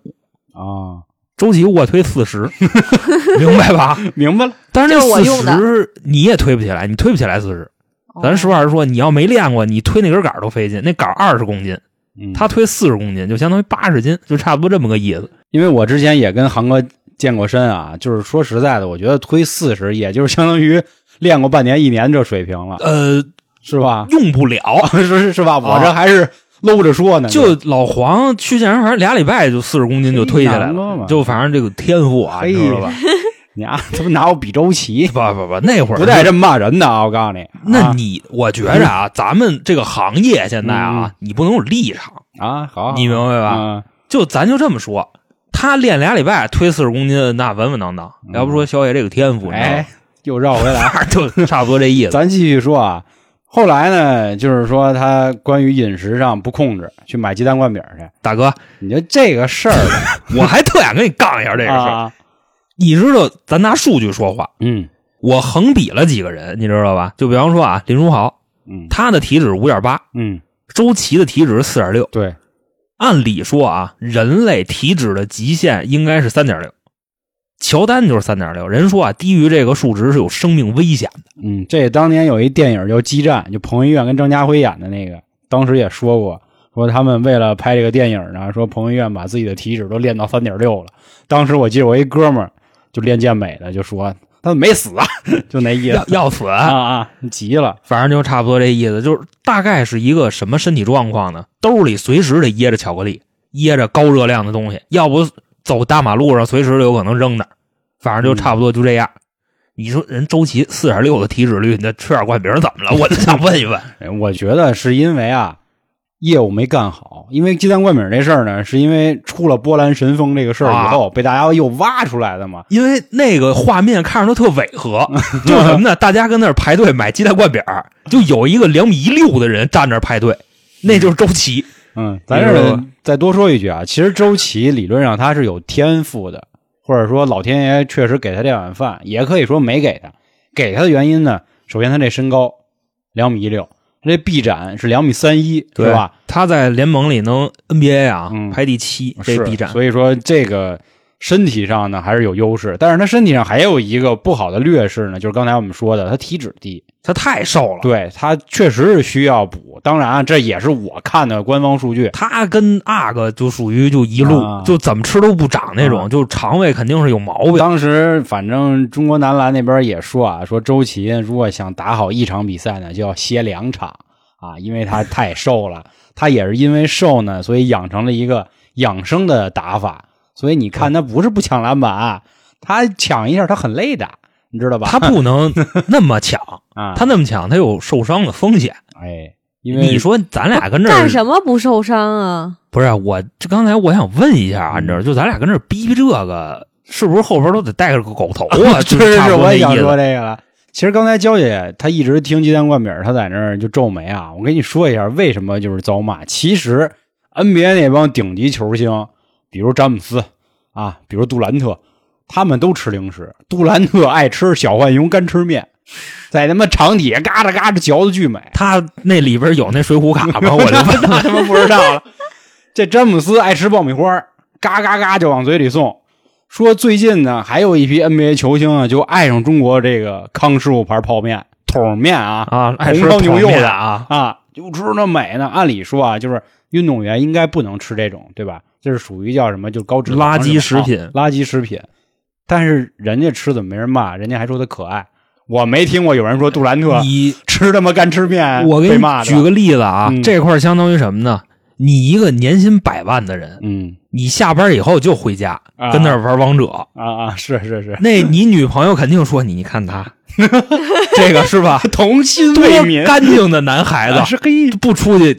Speaker 2: 啊，
Speaker 3: 周琦卧推四十， 明白 吧？
Speaker 2: 明白了，
Speaker 3: 但是这
Speaker 4: 这是我
Speaker 3: 四
Speaker 4: 用的
Speaker 3: 十你也推不起来，你推不起来四十。咱实
Speaker 4: 哦
Speaker 3: 话实说，你要没练过，你推那根杆儿都费劲。那杆二十公斤，
Speaker 2: 嗯
Speaker 3: 他推四十公斤，就相当于八十斤，就差不多这么个意思。
Speaker 2: 因为我之前也跟航哥健过身啊，就是说实在的，我觉得推四十，也就是相当于练过半年一年这水平了，
Speaker 3: 呃，
Speaker 2: 是吧？
Speaker 3: 用不了。
Speaker 2: 是是是吧？我这还是搂着说呢，
Speaker 3: 就老黄去健身房俩礼拜就四十公斤就推下来
Speaker 2: 哎难了
Speaker 3: 了
Speaker 2: 嘛，
Speaker 3: 就反正这个天赋啊，
Speaker 2: 嘿
Speaker 3: 你知道吧？
Speaker 2: 你啊， 他妈拿我比周琦，
Speaker 3: 不不不，那会儿
Speaker 2: 不带这么骂人的啊！我告诉你，
Speaker 3: 那你我觉着啊，咱们这个行业现在
Speaker 2: 嗯
Speaker 3: 啊，你不能有立场，
Speaker 2: 啊啊好，
Speaker 3: 你明白吧？
Speaker 2: 吧？
Speaker 3: 就咱就这么说，他练俩礼拜推四十公斤，那稳稳当当。
Speaker 2: 嗯
Speaker 3: 要不说小野这个天赋，你知道吗
Speaker 2: 哎，又绕回来了。
Speaker 3: 就差不多这意思。
Speaker 2: 咱继续说啊，后来呢，就是说他关于饮食上不控制，去买鸡蛋灌饼去。
Speaker 3: 大哥，
Speaker 2: 你说这个事儿
Speaker 3: 我还特想跟你杠一 下这个事儿。
Speaker 2: 啊，
Speaker 3: 你知道，咱拿数据说话，
Speaker 2: 嗯
Speaker 3: 我横比了几个人，你知道吧？就比方说啊，林书豪，
Speaker 2: 嗯
Speaker 3: 他的体脂五点八，
Speaker 2: 嗯，
Speaker 3: 周琦的体脂是四点六。
Speaker 2: 对，
Speaker 3: 按理说啊，人类体脂的极限应该是三点六，乔丹就是三点六。人说啊，低于这个数值是有生命危险的。
Speaker 2: 嗯，这当年有一电影叫《激战》，就彭于晏跟张家辉演的那个，当时也说过，说他们为了拍这个电影呢，说彭于晏把自己的体脂都练到三点六了。当时我记得我一哥们儿就练健美的，就说他没死啊， 就那意
Speaker 3: 要
Speaker 2: 思
Speaker 3: 要死！
Speaker 2: 啊啊，急了，
Speaker 3: 反正就差不多这意思，就是大概是一个什么身体状况呢？兜里随时得掖着巧克力，掖着高热量的东西，要不走大马路上随时有可能扔那儿。反正就差不多就这样。你说人周琦四点六的体脂率，你再吃点灌饼怎 么了？我就想问一问。
Speaker 2: 哎我觉得是因为啊，业务没干好，因为鸡蛋灌饼这事儿呢，是因为出了波兰神风这个事儿
Speaker 3: 啊
Speaker 2: 以后，被大家又挖出来的嘛。
Speaker 3: 因为那个画面看着都特违和， 就是什么呢？大家跟那儿排队买鸡蛋灌饼儿，就有一个两米一六的人站那儿排队，那就是周琦。
Speaker 2: 嗯，咱这
Speaker 3: 你
Speaker 2: 儿
Speaker 3: 说
Speaker 2: 再多说一句啊，其实周琦理论上他是有天赋的，或者说老天爷确实给他这碗饭，也可以说没给他。给他的原因呢，首先他这身高两米一六，他这臂展是两米三一，是吧？？
Speaker 3: 他在联盟里能 NBA 啊、
Speaker 2: 嗯
Speaker 3: 排第七，这
Speaker 2: 是
Speaker 3: B 站
Speaker 2: 所以说这个身体上呢还是有优势，但是他身体上还有一个不好的劣势呢，就是刚才我们说的，他体脂低，
Speaker 3: 他太瘦了。
Speaker 2: 对他确实是需要补。当然啊，这也是我看的官方数据，
Speaker 3: 他跟阿哥就属于就一路、
Speaker 2: 啊
Speaker 3: 就怎么吃都不长那种，
Speaker 2: 啊
Speaker 3: 就肠胃肯定是有毛病。
Speaker 2: 当时反正中国男篮那边也说啊，说周琦如果想打好一场比赛呢，就要歇两场啊，因为他太瘦了。他也是因为瘦呢，所以养成了一个养生的打法。所以你
Speaker 3: 嗯
Speaker 2: 看，他不是不抢篮板，啊他抢一下他很累的，你知道吧？
Speaker 3: 他不能那么抢，
Speaker 2: 啊，
Speaker 3: 他那么抢，他有受伤的风险。
Speaker 2: 哎，因为
Speaker 3: 你说咱俩跟这儿
Speaker 4: 干什么不受伤啊？
Speaker 3: 不是我，这刚才我想问一下
Speaker 2: 嗯
Speaker 3: 啊，你知道，就咱俩跟这儿逼逼这个，是不是后边都得带着个狗头啊？
Speaker 2: 是
Speaker 3: 就是差
Speaker 2: 是，
Speaker 3: 不多
Speaker 2: 我
Speaker 3: 这
Speaker 2: 也想
Speaker 3: 意
Speaker 2: 说
Speaker 3: 思。
Speaker 2: 这个了。其实刚才娇姐她一直听鸡蛋灌饼儿，她在那儿就皱眉啊。我跟你说一下为什么就是遭骂。其实 NBA 那帮顶级球星，比如詹姆斯啊，比如杜兰特，他们都吃零食。杜兰特爱吃小浣熊干吃面，在他妈场底下嘎吱嘎吱嚼的巨美。
Speaker 3: 他那里边有那水浒卡吗？我 就问
Speaker 2: 那他妈不知道了。 这詹姆斯爱吃爆米花儿，嘎嘎嘎就往嘴里送。说最近呢，还有一批 NBA 球星啊，就爱上中国这个康师傅牌泡面、桶面啊
Speaker 3: 啊，爱吃
Speaker 2: 红烧
Speaker 3: 泡
Speaker 2: 牛肉
Speaker 3: 面
Speaker 2: 的
Speaker 3: 啊，
Speaker 2: 啊，就吃那美呢。按理说啊，就是运动员应该不能吃这种，对吧？这是属于叫什么？就高脂肪
Speaker 3: 垃圾食品
Speaker 2: 啊垃圾食品。但是人家吃怎么没人骂？人家还说他可爱。我没听过有人说杜兰特
Speaker 3: 你
Speaker 2: 吃他妈干吃面
Speaker 3: 我给
Speaker 2: 哎被
Speaker 3: 你
Speaker 2: 骂的。
Speaker 3: 举个例子啊，
Speaker 2: 嗯
Speaker 3: 这块儿相当于什么呢？你一个年薪百万的人，
Speaker 2: 嗯
Speaker 3: 你下班以后就回家
Speaker 2: 啊
Speaker 3: 跟那儿玩王者，
Speaker 2: 啊啊，是是是，
Speaker 3: 那你女朋友肯定说你，你 看他这个是吧？
Speaker 2: 童心
Speaker 3: 多
Speaker 2: 未泯，啊
Speaker 3: 干净的男孩子，
Speaker 2: 是黑
Speaker 3: 不出去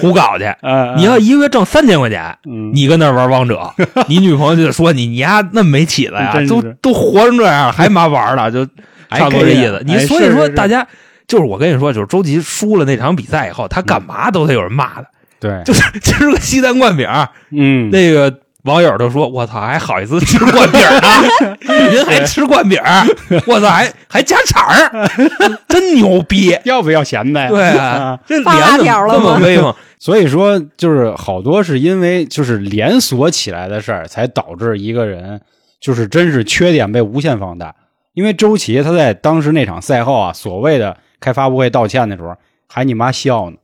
Speaker 3: 胡搞去。
Speaker 2: 呃，
Speaker 3: 你要一个月挣三千块钱，
Speaker 2: 嗯
Speaker 3: 你跟那儿玩王 者，你女朋友就得说你，你丫那么没起子呀
Speaker 2: 真，是
Speaker 3: 都都活成这样，还妈玩呢，就差不多这意思
Speaker 2: 哎。
Speaker 3: 你所以啊
Speaker 2: 是
Speaker 3: 说
Speaker 2: 是是
Speaker 3: 大家就是我跟你说，就是周琦输了那场比赛以后，他干嘛都得有人骂他，
Speaker 2: 对，
Speaker 3: 就是 吃个鸡蛋灌饼儿，
Speaker 2: 嗯，
Speaker 3: 那个网友都说：“我操，还好意思吃灌饼儿呢？ 您还吃灌饼儿？我操，还还加肠儿， 真牛逼
Speaker 2: 要不要咸的！”呀？
Speaker 3: 对 啊
Speaker 2: 啊，
Speaker 3: 这
Speaker 4: 发
Speaker 3: 脸怎
Speaker 4: 条
Speaker 3: 么
Speaker 4: 了
Speaker 3: 这么
Speaker 4: 吗
Speaker 3: 威风？
Speaker 2: 所以说就是好多是因为就是连锁起来的事儿，才导致一个人就是真是缺点被无限放大。因为周琦他在当时那场赛后啊，所谓的开发布会道歉的时候，还你妈笑呢，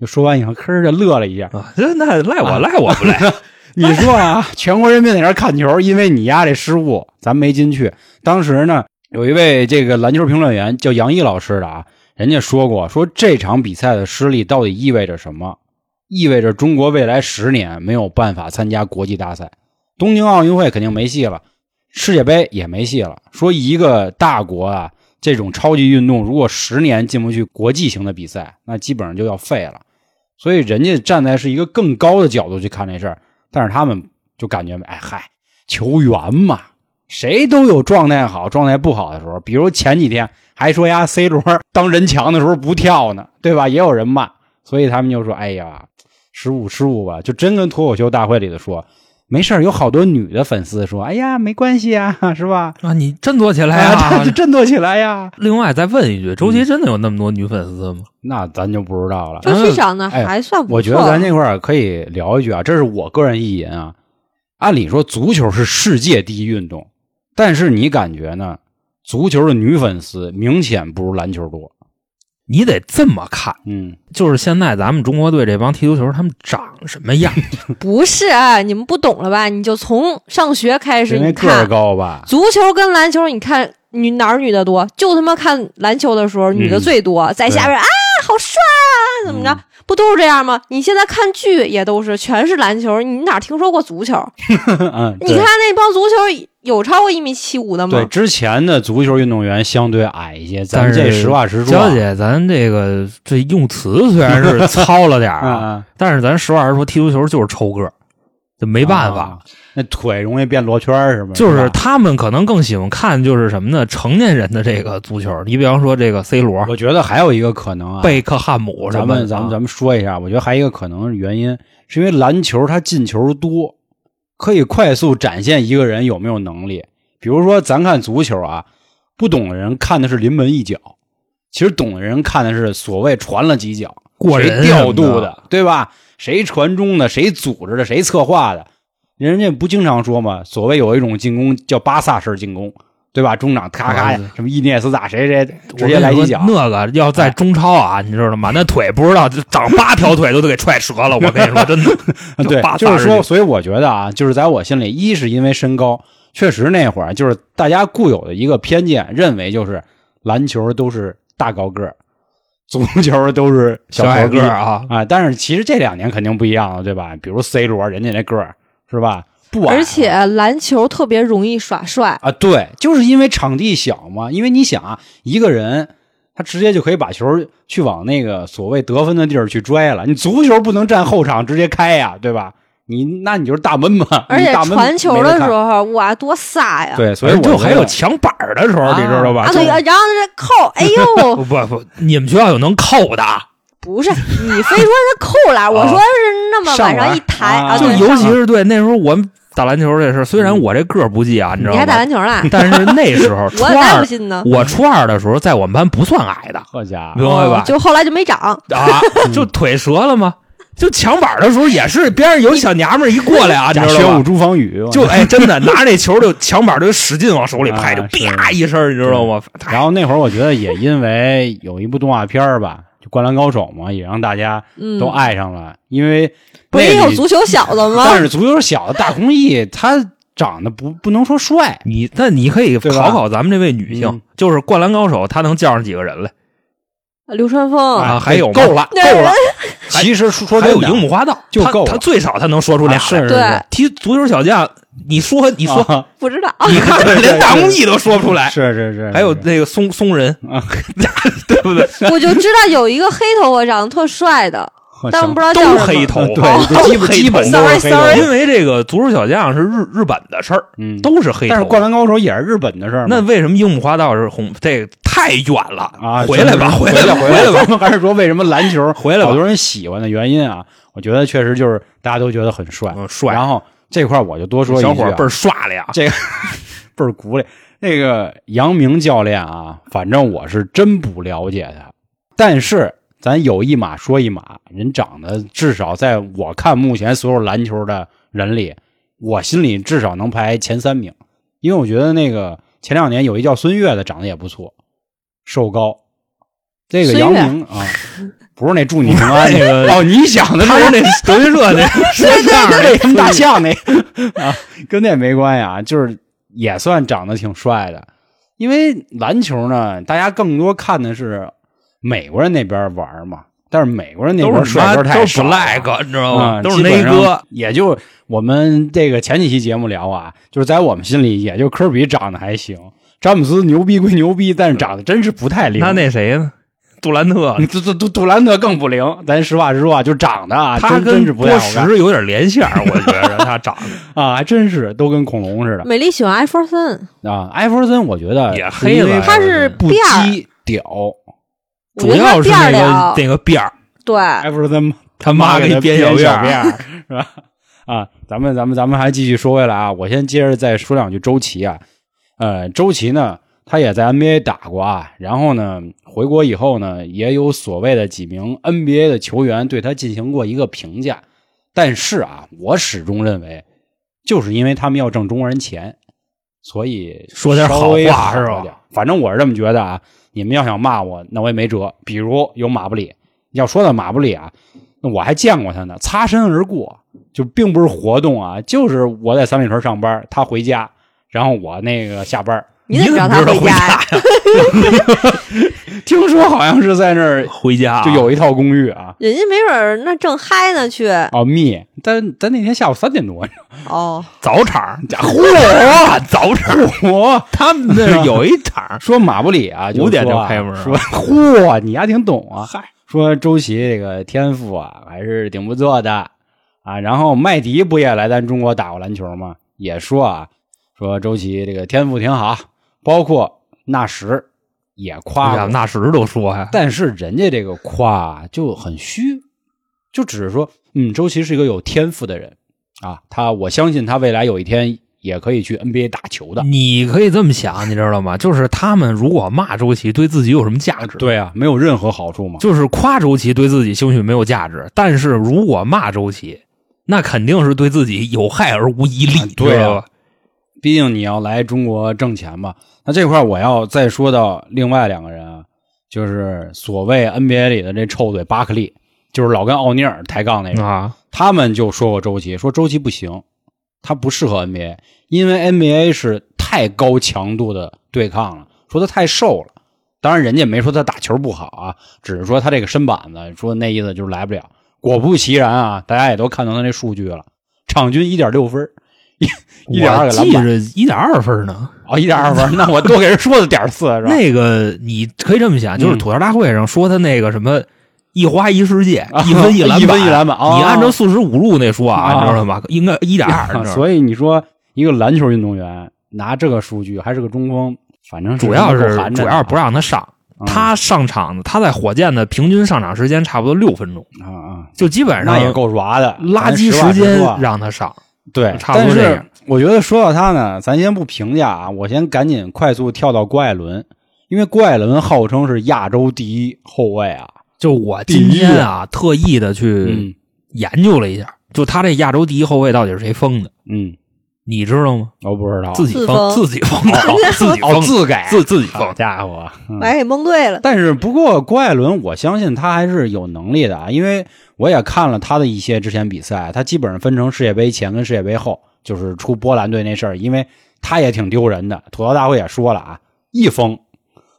Speaker 2: 就说完以后，吭儿就乐了一下。
Speaker 3: 啊，这那赖我赖我不赖，
Speaker 2: 你说啊，全国人民在那儿看球，因为你丫这失误，咱没进去。当时呢，有一位这个篮球评论员叫杨毅老师的啊，人家说过，说这场比赛的失利到底意味着什么？意味着中国未来十年没有办法参加国际大赛，东京奥运会肯定没戏了，世界杯也没戏了。说一个大国啊，这种超级运动如果十年进不去国际型的比赛，那基本上就要废了。所以人家站在是一个更高的角度去看这事儿，但是他们就感觉哎嗨，球员嘛，谁都有状态好、状态不好的时候。比如前几天还说呀，C 罗当人墙的时候不跳呢，对吧？也有人骂，所以他们就说：“哎呀，失误失误吧。”就真跟脱口秀大会里的说，没事儿，有好多女的粉丝说：“哎呀，没关系啊，是吧？
Speaker 3: 啊，你振作起来
Speaker 2: 啊，
Speaker 3: 啊嗯
Speaker 2: 就！振作起来呀。
Speaker 3: 另外再问一句，周杰真的有那么多女粉丝吗？”
Speaker 2: 那咱就不知道了。
Speaker 4: 周琦长得
Speaker 2: 哎
Speaker 4: 还算不错。
Speaker 2: 我觉得咱这块儿可以聊一句啊，这是我个人意淫啊。按理说，足球是世界第一运动，但是你感觉呢？足球的女粉丝明显不如篮球多。
Speaker 3: 你得这么看，
Speaker 2: 嗯，
Speaker 3: 就是现在咱们中国队这帮踢足球，他们长什么样？
Speaker 4: 不是啊，你们不懂了吧？你就从上学开始，
Speaker 2: 因为
Speaker 4: 你
Speaker 2: 个儿
Speaker 4: 看
Speaker 2: 高吧？
Speaker 4: 足球跟篮球，你看女哪儿女的多？就他妈看篮球的时候，女的最多，在下边啊，好帅啊，怎么着？
Speaker 2: 嗯
Speaker 4: 不都是这样吗？你现在看剧也都是全是篮球，你哪听说过足球？
Speaker 2: 嗯，
Speaker 4: 你
Speaker 2: 对
Speaker 4: 看那帮足球有超过一米七五的
Speaker 2: 对
Speaker 4: 吗？
Speaker 2: 之前的足球运动员相对矮一些，咱
Speaker 3: 但
Speaker 2: 们
Speaker 3: 是
Speaker 2: 这实话实说啊。
Speaker 3: 娇姐，咱这个这用词虽 然是糙了点儿
Speaker 2: 啊
Speaker 3: 啊，
Speaker 2: 啊，
Speaker 3: 但是咱实话实说，踢足球就是抽个儿，就没
Speaker 2: 没
Speaker 3: 办法。，
Speaker 2: 啊那腿容易变罗圈儿是吗？
Speaker 3: 就是
Speaker 2: 吧
Speaker 3: 他们可能更喜欢看就是什么呢？成年人的这个足球，你比方说这个 C 罗、
Speaker 2: 我觉得还有一个可能啊，
Speaker 3: 贝克汉姆什
Speaker 2: 咱
Speaker 3: 么
Speaker 2: 们
Speaker 3: 的，啊
Speaker 2: 咱们咱们说一下，我觉得还有一个可能是原因，是因为篮球它进球多，可以快速展现一个人有没有能力。比如说，咱看足球啊，不懂的人看的是临门一脚，其实懂的人看的是所谓传了几脚，
Speaker 3: 过人
Speaker 2: 谁调
Speaker 3: 什
Speaker 2: 度
Speaker 3: 么
Speaker 2: 的，对吧？谁传中的，谁组织的，谁策划的。人家不经常说嘛，所谓有一种进攻叫巴萨式进攻，对吧？中场咔咔
Speaker 3: 啊对
Speaker 2: 什么伊涅斯塔谁谁
Speaker 3: 我
Speaker 2: 直接来
Speaker 3: 跟你
Speaker 2: 一
Speaker 3: 说
Speaker 2: 脚，哎
Speaker 3: 那个要在中超啊，你知道吗？那腿不知道就长八条腿都得给踹折了。我跟你说，真 的，
Speaker 2: 对
Speaker 3: 八，
Speaker 2: 就是说，
Speaker 3: 八十
Speaker 2: 所以我觉得啊，就是在我心里，一是因为身高，确实那会儿就是大家固有的一个偏见，认为就是篮球都是大高个儿，足球都是
Speaker 3: 几小
Speaker 2: 小
Speaker 3: 矮
Speaker 2: 个
Speaker 3: 个
Speaker 2: 儿
Speaker 3: 儿啊，
Speaker 2: 啊。但是其实这两年肯定不一样了，对吧？比如 C 罗，人家那个儿是吧，不矮啊，
Speaker 4: 而且篮球特别容易耍帅，
Speaker 2: 啊，对，就是因为场地小嘛，因为你想啊，一个人。他直接就可以把球去往那个所谓得分的地儿去拽了。你足球不能站后场直接开呀，对吧？你那你就是大闷嘛。
Speaker 4: 而且
Speaker 2: 你大闷
Speaker 4: 传球
Speaker 2: 没
Speaker 4: 的
Speaker 2: 得
Speaker 4: 时
Speaker 2: 看，
Speaker 4: 候，哇，多飒呀！
Speaker 2: 对，所以我
Speaker 3: 哎就还有
Speaker 2: 觉
Speaker 3: 抢板儿的时候，
Speaker 2: 啊
Speaker 3: 你知道吧
Speaker 4: 啊，？对，
Speaker 3: 就
Speaker 4: 然后这扣，哎呦
Speaker 3: 不，不不，你们学校有能扣的，
Speaker 4: 不是你非说是扣篮，我说是那么往上一抬
Speaker 2: 啊上篮啊
Speaker 3: 就
Speaker 4: 对
Speaker 3: 尤
Speaker 4: 上
Speaker 3: 其
Speaker 4: 篮
Speaker 3: 是对那时候我们打篮球这事儿，虽
Speaker 2: 嗯
Speaker 3: 然我这个儿不济啊，你知
Speaker 4: 你
Speaker 3: 道
Speaker 4: 还打
Speaker 3: 吗？
Speaker 4: 篮球呢？
Speaker 3: 但是那时候初
Speaker 4: 我才不啊
Speaker 3: 二，
Speaker 4: 信呢，
Speaker 3: 我初二的时候，在我们班不算矮的，
Speaker 2: 好家
Speaker 3: 明
Speaker 2: 伙，
Speaker 3: 白吧
Speaker 4: 哦？就后来就没长。
Speaker 3: 啊， 就腿折了吗？就抢板儿的时候也是，边上有小娘们儿一过 来啊，你
Speaker 2: 贾
Speaker 3: 知
Speaker 2: 玄
Speaker 3: 道吧
Speaker 2: 武？朱防雨，我
Speaker 3: 就哎，真的拿着那球就抢板就使劲往手里
Speaker 2: 啊
Speaker 3: 拍，
Speaker 2: 嗯
Speaker 3: 就是啪一声，你知道吗？
Speaker 2: 然后那会儿我觉得也因为有一部动画片儿吧，就《灌篮高手》嘛，也让大家
Speaker 4: 嗯，
Speaker 2: 都爱上了，因为
Speaker 4: 不是也
Speaker 2: 那
Speaker 4: 有
Speaker 2: 里
Speaker 4: 足球小子吗？
Speaker 2: 但是足球小的大空翼他长得不不能说帅，
Speaker 3: 你那你可以
Speaker 2: 对吧
Speaker 3: 考考咱们这位女性
Speaker 2: 嗯，
Speaker 3: 就是《灌篮高手》，她能叫上几个人来
Speaker 4: 流川枫、
Speaker 3: 啊？
Speaker 2: 哎
Speaker 3: 还有吗
Speaker 2: 够了，
Speaker 4: 那
Speaker 2: 够了。
Speaker 3: 还
Speaker 2: 其实说说
Speaker 3: 还
Speaker 2: 真
Speaker 3: 有
Speaker 2: 的
Speaker 3: 樱木花道，
Speaker 2: 就
Speaker 3: 她
Speaker 2: 够了
Speaker 3: 她最少她能说出俩
Speaker 2: 啊是
Speaker 3: 来。
Speaker 2: 是
Speaker 4: 对
Speaker 3: 踢足球小将，你说你
Speaker 2: 你
Speaker 3: 说，
Speaker 4: 不知道，
Speaker 3: 你看连大公益都说不出来。
Speaker 2: 啊是是是，
Speaker 3: 还有
Speaker 2: 是
Speaker 3: 那个松松人
Speaker 2: 啊，
Speaker 3: 对不对？
Speaker 4: 我就知道有一个黑头发长得特帅的，
Speaker 2: 好
Speaker 4: 但
Speaker 2: 像
Speaker 4: 我不知道叫
Speaker 3: 都
Speaker 4: 什
Speaker 3: 黑
Speaker 4: 么。
Speaker 3: 头，
Speaker 2: 啊对
Speaker 3: 都
Speaker 2: 基本
Speaker 3: 黑
Speaker 2: 基本
Speaker 3: 头
Speaker 2: 都是黑头
Speaker 4: Sorry，sorry
Speaker 3: 因为这个足球小将是日日本的事儿，
Speaker 2: 嗯，
Speaker 3: 都是黑头。
Speaker 2: 但是《灌篮高手》也是日本的事儿嘛，
Speaker 3: 那为什么樱木花道是红？这个太远了
Speaker 2: 啊，
Speaker 3: 回来
Speaker 2: 真
Speaker 3: 吧，
Speaker 2: 是
Speaker 3: 回
Speaker 2: 回
Speaker 3: 吧，
Speaker 2: 回
Speaker 3: 回
Speaker 2: 来
Speaker 3: 来吧。
Speaker 2: 吧。咱们还是说为什么篮球
Speaker 3: 回来吧
Speaker 2: 好多人喜欢的原因啊？我觉得确实就是大家都觉得很呃帅，
Speaker 3: 嗯，帅，
Speaker 2: 然后这块儿我就多说一句、
Speaker 3: 小
Speaker 2: 啊，
Speaker 3: 伙儿倍儿帅了呀！
Speaker 2: 倍儿鼓励。那个杨明教练啊，反正我是真不了解他，但是咱有一码说一码，人长得至少在我看目前所有篮球的人里，我心里至少能排前三名，因为我觉得那个前两年有一叫孙悦的长得也不错，瘦高。这个
Speaker 4: 孙
Speaker 2: 杨
Speaker 4: 悦
Speaker 2: 明啊，不是那祝你平安那
Speaker 3: 那
Speaker 2: 个哦，你想的
Speaker 3: 他是那德云社 那说相声
Speaker 2: 那什么大象那啊，跟那没关系啊，就是也算长得挺帅的。因为篮球呢，大家更多看的是美国人那边玩嘛，但是美国人那
Speaker 3: 都
Speaker 2: 边
Speaker 3: 是
Speaker 2: 帅哥太
Speaker 3: 都
Speaker 2: 少
Speaker 3: 是
Speaker 2: 了
Speaker 3: black，你知道
Speaker 2: 啊
Speaker 3: 吗？，都是
Speaker 2: 基本
Speaker 3: 那
Speaker 2: 上
Speaker 3: 哥，
Speaker 2: 也就我们这个前几期节目聊啊，就是在我们心里，也就科比长得还行，詹姆斯牛逼归牛逼，但是长得真是不太灵。
Speaker 3: 那那谁呢？杜兰特，
Speaker 2: 杜啊杜杜杜兰特更不灵，咱实话实说啊，就长得啊，
Speaker 3: 他
Speaker 2: 真真
Speaker 3: 跟
Speaker 2: 是不太
Speaker 3: 波
Speaker 2: 好看
Speaker 3: 什有点连线儿，我觉 着他长得
Speaker 2: 啊，还真是都跟恐龙似的
Speaker 4: 美丽喜欢艾弗森，
Speaker 2: 啊。艾弗森我觉得
Speaker 3: 也
Speaker 2: 是因
Speaker 3: 黑
Speaker 2: 为
Speaker 3: 了，
Speaker 4: 他是
Speaker 2: 不
Speaker 4: 辫儿
Speaker 2: 羁屌，
Speaker 4: 我
Speaker 3: 主
Speaker 4: 觉得他
Speaker 3: 要是那
Speaker 4: 辫儿
Speaker 3: 个
Speaker 4: 了
Speaker 3: 那个辫儿，
Speaker 4: 对，
Speaker 3: 啊
Speaker 2: 艾弗森
Speaker 3: 他妈给
Speaker 2: 给
Speaker 3: 你
Speaker 2: 他
Speaker 3: 编小
Speaker 2: 小
Speaker 3: 辫
Speaker 2: 辫
Speaker 3: 儿，
Speaker 2: 儿是吧？啊，咱们咱们咱们还继续说回来啊，我先接着再说两句周琦啊。呃，周琦呢，他也在 NBA 打过啊，然后呢，回国以后呢，也有所谓的几名 NBA 的球员对他进行过一个评价，但是啊，我始终认为，就是因为他们要挣中国人钱，所以
Speaker 3: 说点好
Speaker 2: 稍微啊
Speaker 3: 话是吧
Speaker 2: 好一点？反正我是这么觉得啊。你们要想骂我，那我也没辙。比如有马布里，要说到马布里啊，那我还见过他呢，擦身而过，就并不是活动啊，就是我在三里屯上班，他回家，然后我那个下班。
Speaker 4: 你怎么知道他
Speaker 3: 你怎么
Speaker 4: 回
Speaker 3: 知道
Speaker 4: 家呀？
Speaker 2: 听说好像是在那儿
Speaker 3: 回 家啊
Speaker 2: 就有一套公寓啊，
Speaker 4: 人家没准儿那正嗨呢去
Speaker 2: 哦密，但但那天下午三点多，
Speaker 4: 哦，
Speaker 3: 早场，
Speaker 2: 忽悠
Speaker 3: 啊，早场，
Speaker 2: 我。，
Speaker 3: 他们那儿有一场
Speaker 2: 说马布里啊，
Speaker 3: 5点
Speaker 2: 说啊
Speaker 3: 就开门了
Speaker 2: 说嚯，你还挺懂啊。
Speaker 3: 嗨，
Speaker 2: 说周琦这个天赋啊，还是挺不错的啊。然后麦迪不也来咱中国打过篮球吗？也说啊，说周琦这个天赋挺好，包括纳什也夸
Speaker 3: 哎呀，
Speaker 2: 过，
Speaker 3: 纳什都说 呀，
Speaker 2: 但是人家这个夸就很虚，就只是说，嗯，周琦是一个有天赋的人啊，他我相信他未来有一天也可以去 NBA 打球的。
Speaker 3: 你可以这么想，你知道吗？就是他们如果骂周琦，对自己有什么价值？，
Speaker 2: 对啊，没有任何好处嘛。
Speaker 3: 就是夸周琦对自己兴许没有价值，但是如果骂周琦，那肯定是对自己有害而无一利，
Speaker 2: 对啊
Speaker 3: 知道吧？
Speaker 2: 毕竟你要来中国挣钱嘛。那这块儿我要再说到另外两个人啊，就是所谓 NBA 里的这臭嘴巴克利，就是老跟奥尼尔抬杠那个，
Speaker 3: 啊，
Speaker 2: 他们就说过周琦，说周琦不行，他不适合 NBA，因为 NBA 是太高强度的对抗了，说他太瘦了。当然，人家没说他打球不好啊，只是说他这个身板子，说那意思就是来不了。果不其然啊，大家也都看到他那数据了，场均一点六分儿，一一点二
Speaker 3: 我
Speaker 2: 个篮板
Speaker 3: 记。着一点二分呢。
Speaker 2: 哦，一点二分，那我多给人说了点儿四是吧？
Speaker 3: 那个你可以这么想，就是
Speaker 2: 嗯
Speaker 3: 吐槽大会上说他那个什么一花一世界，一分一篮
Speaker 2: 啊
Speaker 3: 板，
Speaker 2: 一分一篮板哦
Speaker 3: 你按照四舍五入那说啊，
Speaker 2: 啊
Speaker 3: 你知道吗？应该一点二，你知道吗
Speaker 2: 所以你说一个篮球运动员拿这个数据还是个中锋，反正
Speaker 3: 主要
Speaker 2: 够
Speaker 3: 是
Speaker 2: 寒碜的
Speaker 3: 主要是不让他上，
Speaker 2: 嗯
Speaker 3: 他上场他在火箭的平均上场时间差不多六分钟，
Speaker 2: 啊啊，
Speaker 3: 就基本
Speaker 2: 那
Speaker 3: 上
Speaker 2: 也够抓的，
Speaker 3: 垃圾
Speaker 2: 咱实话
Speaker 3: 时间
Speaker 2: 实说啊
Speaker 3: 让他上。
Speaker 2: 对，
Speaker 3: 差不
Speaker 2: 但
Speaker 3: 多这
Speaker 2: 是
Speaker 3: 样
Speaker 2: 我觉得说到他呢，咱先不评价啊，我先赶紧快速跳到郭艾伦，因为郭艾伦号称是亚洲第一后卫啊，
Speaker 3: 就我
Speaker 2: 第一
Speaker 3: 今天啊特意的去
Speaker 2: 嗯
Speaker 3: 研究了一下，就他这亚洲第一后卫到底是谁封的，
Speaker 2: 嗯，
Speaker 3: 你知道吗？
Speaker 2: 我不知道，
Speaker 3: 自己
Speaker 4: 自
Speaker 3: 封，
Speaker 4: 封
Speaker 3: 自己封的，自己
Speaker 2: 哦
Speaker 3: 封的，
Speaker 2: 自改
Speaker 3: 自自己
Speaker 2: 好
Speaker 3: 封。
Speaker 2: 家伙，嗯
Speaker 4: 把给蒙对了。
Speaker 2: 但是不过郭艾伦，我相信他还是有能力的啊，因为我也看了他的一些之前比赛，他基本上分成世界杯前跟世界杯后，就是出波兰队那事儿，因为他也挺丢人的。吐槽大会也说了啊，一封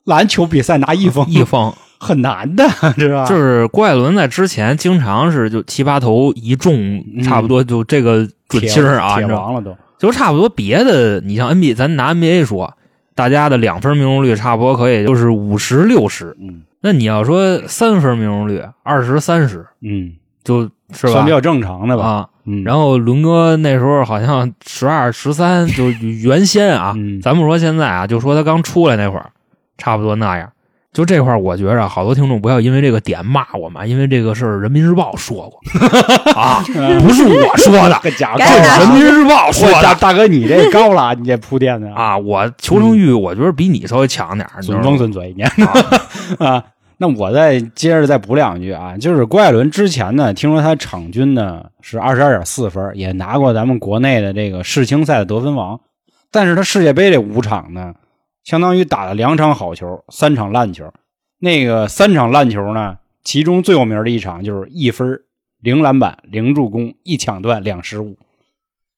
Speaker 2: 篮球比赛拿一 封
Speaker 3: 一封
Speaker 2: 很难的，知道吧？
Speaker 3: 就是郭艾伦在之前经常是就七八投一中，
Speaker 2: 嗯
Speaker 3: 差不多就这个准
Speaker 2: 铁
Speaker 3: 星儿啊，你
Speaker 2: 铁
Speaker 3: 知道吗？
Speaker 2: 王了都。
Speaker 3: 就差不多别的，你像 NBA，咱拿 NBA 说，大家的两分命中率差不多可以就是五十六十。
Speaker 2: 嗯
Speaker 3: 那你要说三分命中率二十三十，
Speaker 2: 嗯，
Speaker 3: 就是
Speaker 2: 算
Speaker 3: 吧
Speaker 2: 比？较正常的吧。
Speaker 3: 啊，
Speaker 2: 嗯，
Speaker 3: 然后伦哥那时候好像十二十三，就原先啊，
Speaker 2: 嗯
Speaker 3: 咱不说现在啊，就说他刚出来那会儿，差不多那样。就这块儿我觉着啊好多听众不要因为这个点骂我们，因为这个事儿《人民日报》说过啊，不是我说的，
Speaker 2: 这家伙
Speaker 4: 该
Speaker 2: 高
Speaker 4: 拿
Speaker 2: 了，
Speaker 3: 《人民日报》 说
Speaker 2: 哇
Speaker 3: 的
Speaker 2: 大大哥，你这高了啊，你这铺垫的，
Speaker 3: 啊，我求生欲我觉得比你稍微强点儿，你知
Speaker 2: 损
Speaker 3: 道
Speaker 2: 风
Speaker 3: 吗？
Speaker 2: 损嘴，你 啊。那我再接着再补两句啊，就是郭艾伦之前呢，听说他场均呢是二十二点四分，也拿过咱们国内的这个世青赛的得分王，但是他世界杯这五场呢，相当于打了两场好球，三场烂球。那个三场烂球呢，其中最有名的一场就是一分、零篮板、零助攻、一抢断、两失误。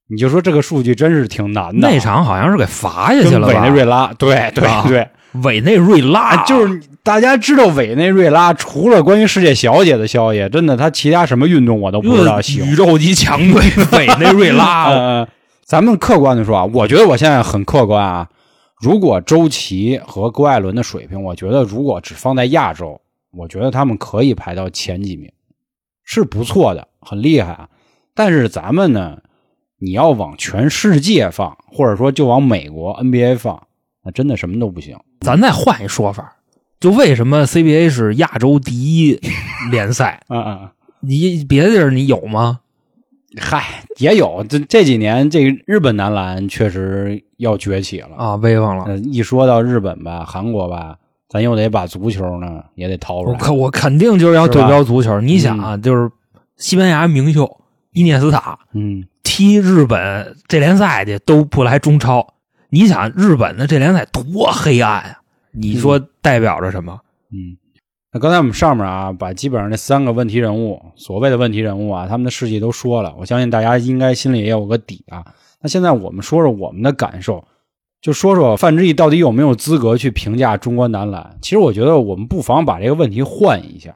Speaker 2: 你就说这个数据真是挺难的啊。
Speaker 3: 那场好像是给罚下去
Speaker 2: 跟
Speaker 3: 了
Speaker 2: 委内瑞
Speaker 3: 吧？
Speaker 2: 拉，对对
Speaker 3: 啊
Speaker 2: 对，
Speaker 3: 委内瑞拉
Speaker 2: 啊，就是大家知道委内瑞拉，除了关于世界小姐的消息，真的她其他什么运动我都不知道行
Speaker 3: 宇。宙级强队 委内瑞 拉，
Speaker 2: 呃，咱们客观的说啊，我觉得我现在很客观啊。如果周琦和郭艾伦的水平，我觉得如果只放在亚洲，我觉得他们可以排到前几名，是不错的，很厉害啊。但是咱们呢，你要往全世界放，或者说就往美国 NBA 放，那真的什么都不行。
Speaker 3: 咱再换一说法，就为什么 CBA 是亚洲第一联赛？
Speaker 2: 啊啊！啊
Speaker 3: 你别的地儿你有吗？
Speaker 2: 嗨，也有这这几年，这个日本男篮确实要崛起了。
Speaker 3: 啊，威风了！
Speaker 2: 呃，一说到日本吧、韩国吧，咱又得把足球呢也得掏出
Speaker 3: 我
Speaker 2: 来。
Speaker 3: 肯我肯定就是要对标足球。你
Speaker 2: 嗯
Speaker 3: 想啊，就是西班牙名宿伊涅斯塔
Speaker 2: 嗯，
Speaker 3: 踢日本这联赛去都不来中超，你想日本的这联赛多黑暗啊！你说代表着什么？
Speaker 2: 嗯，那刚才我们上面啊，把基本上这三个问题人物，所谓的问题人物啊，他们的事迹都说了，我相信大家应该心里也有个底啊。那现在我们说说我们的感受，就说说范志毅到底有没有资格去评价中国男篮？其实我觉得我们不妨把这个问题换一下，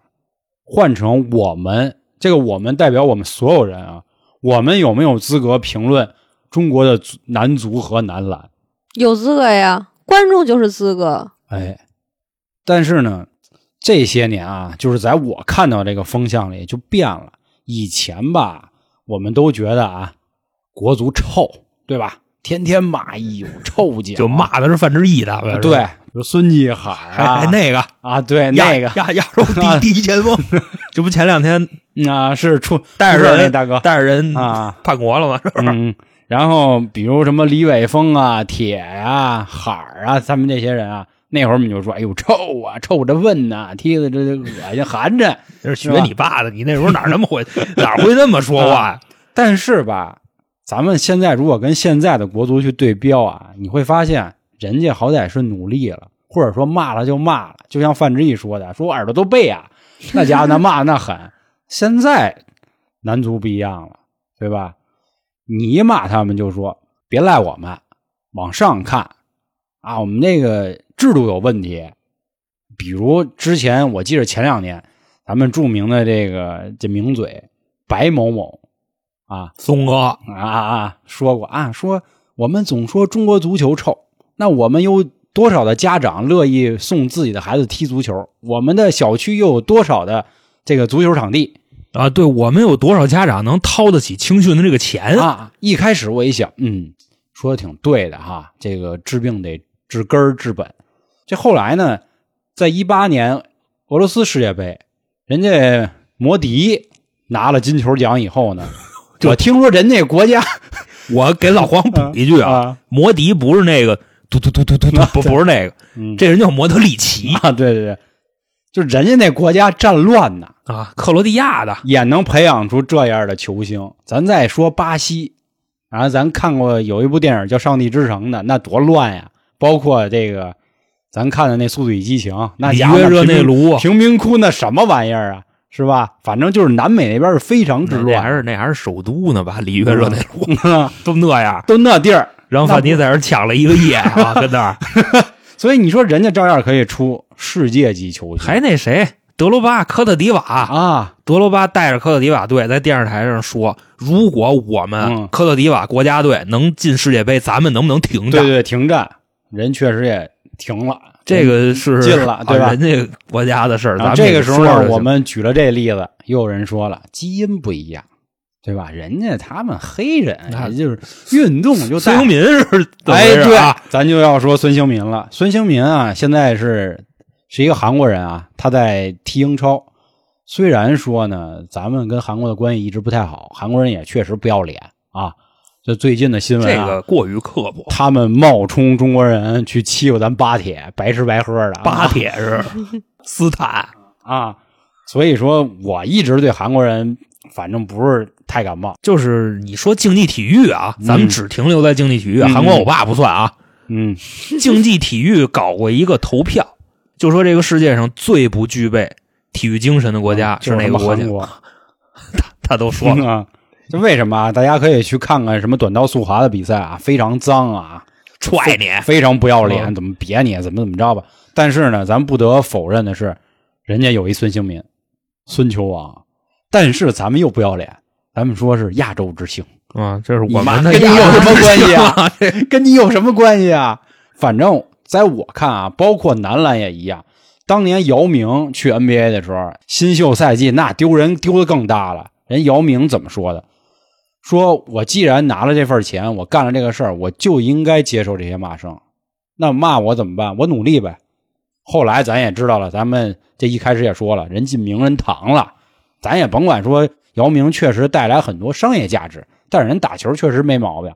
Speaker 2: 换成我们这个我们代表我们所有人啊，我们有没有资格评论中国的足男足和男篮？
Speaker 4: 有资格呀，观众就是资格。
Speaker 2: 哎，但是呢，这些年啊，就是在我看到这个风向里就变了。以前吧，我们都觉得啊，国足臭，对吧？天天骂，一有臭脚，
Speaker 3: 就骂的是范志毅他们，
Speaker 2: 对，比如孙继海
Speaker 3: 还
Speaker 2: 啊，
Speaker 3: 还那个
Speaker 2: 啊，对
Speaker 3: 亚
Speaker 2: 那个
Speaker 3: 亚亚洲
Speaker 2: 啊
Speaker 3: 第第一前 锋，这不前两天
Speaker 2: 嗯啊，是出
Speaker 3: 带着
Speaker 2: 出
Speaker 3: 人
Speaker 2: 那大哥
Speaker 3: 带着人
Speaker 2: 啊，
Speaker 3: 叛国了吗？ 是吧？
Speaker 2: 嗯，然后比如什么李玮峰啊、铁呀、海儿啊，他们这些人啊，那会儿我们就说，哎呦臭啊，臭着问呐、踢的这这恶心寒碜。
Speaker 3: 那是学你爸的，你那时候哪那么会 哪会那么说话
Speaker 2: 啊
Speaker 3: 呀？
Speaker 2: 但是吧，咱们现在如果跟现在的国足去对标啊，你会发现人家好歹是努力了，或者说骂了就骂了，就像范志毅说的，说我耳朵都背啊，那家伙那骂那狠。现在男足不一样了，对吧？你一骂他们就说别赖我们，往上看啊，我们那个制度有问题。比如之前我记得前两年，咱们著名的这个这名嘴白某某啊，
Speaker 3: 松哥，
Speaker 2: 啊啊啊，说过啊，说我们总说中国足球臭，那我们有多少的家长乐意送自己的孩子踢足球？我们的小区又有多少的这个足球场地
Speaker 3: 啊，对我们有多少家长能掏得起青训的这个钱？
Speaker 2: 啊？一开始我一想，嗯，说的挺对的哈，这个治病得治根儿治本。这后来呢，在一八年俄罗斯世界杯，人家摩迪拿了金球奖以后呢，我听说人家国家
Speaker 3: 我给老黄补一句啊，
Speaker 2: 啊，
Speaker 3: 摩迪不是那个嘟嘟嘟嘟嘟嘟， 不不是那个，
Speaker 2: 嗯。
Speaker 3: 这人叫摩德里 奇
Speaker 2: 啊，对对对，就人家那国家战乱呐，
Speaker 3: 啊，克罗地亚的，
Speaker 2: 也能培养出这样的球星。咱再说巴西，啊，咱看过有一部电影叫《上帝之城》的，那多乱呀！包括这个，咱看的那《速度与激情》，那
Speaker 3: 里
Speaker 2: 家伙
Speaker 3: 约热内
Speaker 2: 贫民
Speaker 3: 卢，啊
Speaker 2: 贫民窟那什么玩意儿啊，是吧？反正就是南美那边是非常之
Speaker 3: 那那还是
Speaker 2: 乱，
Speaker 3: 那还是首都呢吧？里约热内卢 都那 样，
Speaker 2: 都嗯那地儿，
Speaker 3: 让范迪在这儿抢了一个 夜啊，跟那儿
Speaker 2: 所以你说人家照样可以出世界级球星，
Speaker 3: 还那谁德罗巴科特迪瓦，
Speaker 2: 啊，
Speaker 3: 德罗巴带着科特迪瓦队在电视台上说，如果我们
Speaker 2: 嗯
Speaker 3: 科特迪瓦国家队能进世界杯，咱们能不能停
Speaker 2: 对
Speaker 3: 战？
Speaker 2: 对，停战，人确实也停了，
Speaker 3: 这个是
Speaker 2: 嗯进了
Speaker 3: 啊
Speaker 2: 对吧
Speaker 3: 人家国家的事儿，咱
Speaker 2: 然后
Speaker 3: 们
Speaker 2: 啊这个时候
Speaker 3: 说着
Speaker 2: 呢，
Speaker 3: 就
Speaker 2: 我们举了这例子，又有人说了，基因不一样，对吧？人家他们黑人，
Speaker 3: 那
Speaker 2: 人家就是运动就
Speaker 3: 孙
Speaker 2: 带
Speaker 3: 兴民是怎么
Speaker 2: 哎，
Speaker 3: 回事
Speaker 2: 对
Speaker 3: 啊，，
Speaker 2: 咱就要说孙兴民了。孙兴民啊，现在是是一个韩国人啊，他在踢英超。虽然说呢，咱们跟韩国的关系一直不太好，韩国人也确实不要脸啊。就最近的新闻、
Speaker 3: 这
Speaker 2: 啊，
Speaker 3: 个过于刻薄。
Speaker 2: 他们冒充中国人去欺负咱巴铁，白吃白喝的啊。
Speaker 3: 巴铁是斯坦，
Speaker 2: 啊，所以说我一直对韩国人反正不是太感冒。
Speaker 3: 就是你说竞技体育啊，咱们只停留在竞技体育，
Speaker 2: 嗯
Speaker 3: 韩国欧巴不 算啊。
Speaker 2: 嗯
Speaker 3: 竞技体育搞过一个投票，就说这个世界上最不具备体育精神的国家
Speaker 2: 啊就是
Speaker 3: 哪个国
Speaker 2: 我
Speaker 3: 家
Speaker 2: 们韩？国？
Speaker 3: 他都说 了，
Speaker 2: 啊，这为什么啊？大家可以去看看什么短道速滑的比赛啊，非常脏啊，
Speaker 3: 踹你
Speaker 2: 非常不要
Speaker 3: 嗯
Speaker 2: 脸，怎么别你，啊怎么怎么着吧。但是呢，咱不得否认的是，人家有一孙兴民，孙球王。但是咱们又不要脸，咱们说是亚洲之星。
Speaker 3: 啊！这是
Speaker 2: 你
Speaker 3: 我
Speaker 2: 妈
Speaker 3: 们的
Speaker 2: 跟你有
Speaker 3: 亚洲
Speaker 2: 什么关系啊
Speaker 3: 之星？
Speaker 2: 跟你有什么关系啊？反正在我看啊，包括男篮也一样，当年姚明去 NBA 的时候，新秀赛季那丢人丢的更大了。人姚明怎么说的？说我既然拿了这份钱，我干了这个事儿，我就应该接受这些骂声。那骂我怎么办？我努力呗。后来咱也知道了，咱们这一开始也说了，人进名人堂了，咱也甭管说姚明确实带来很多商业价值，但是人打球确实没毛病，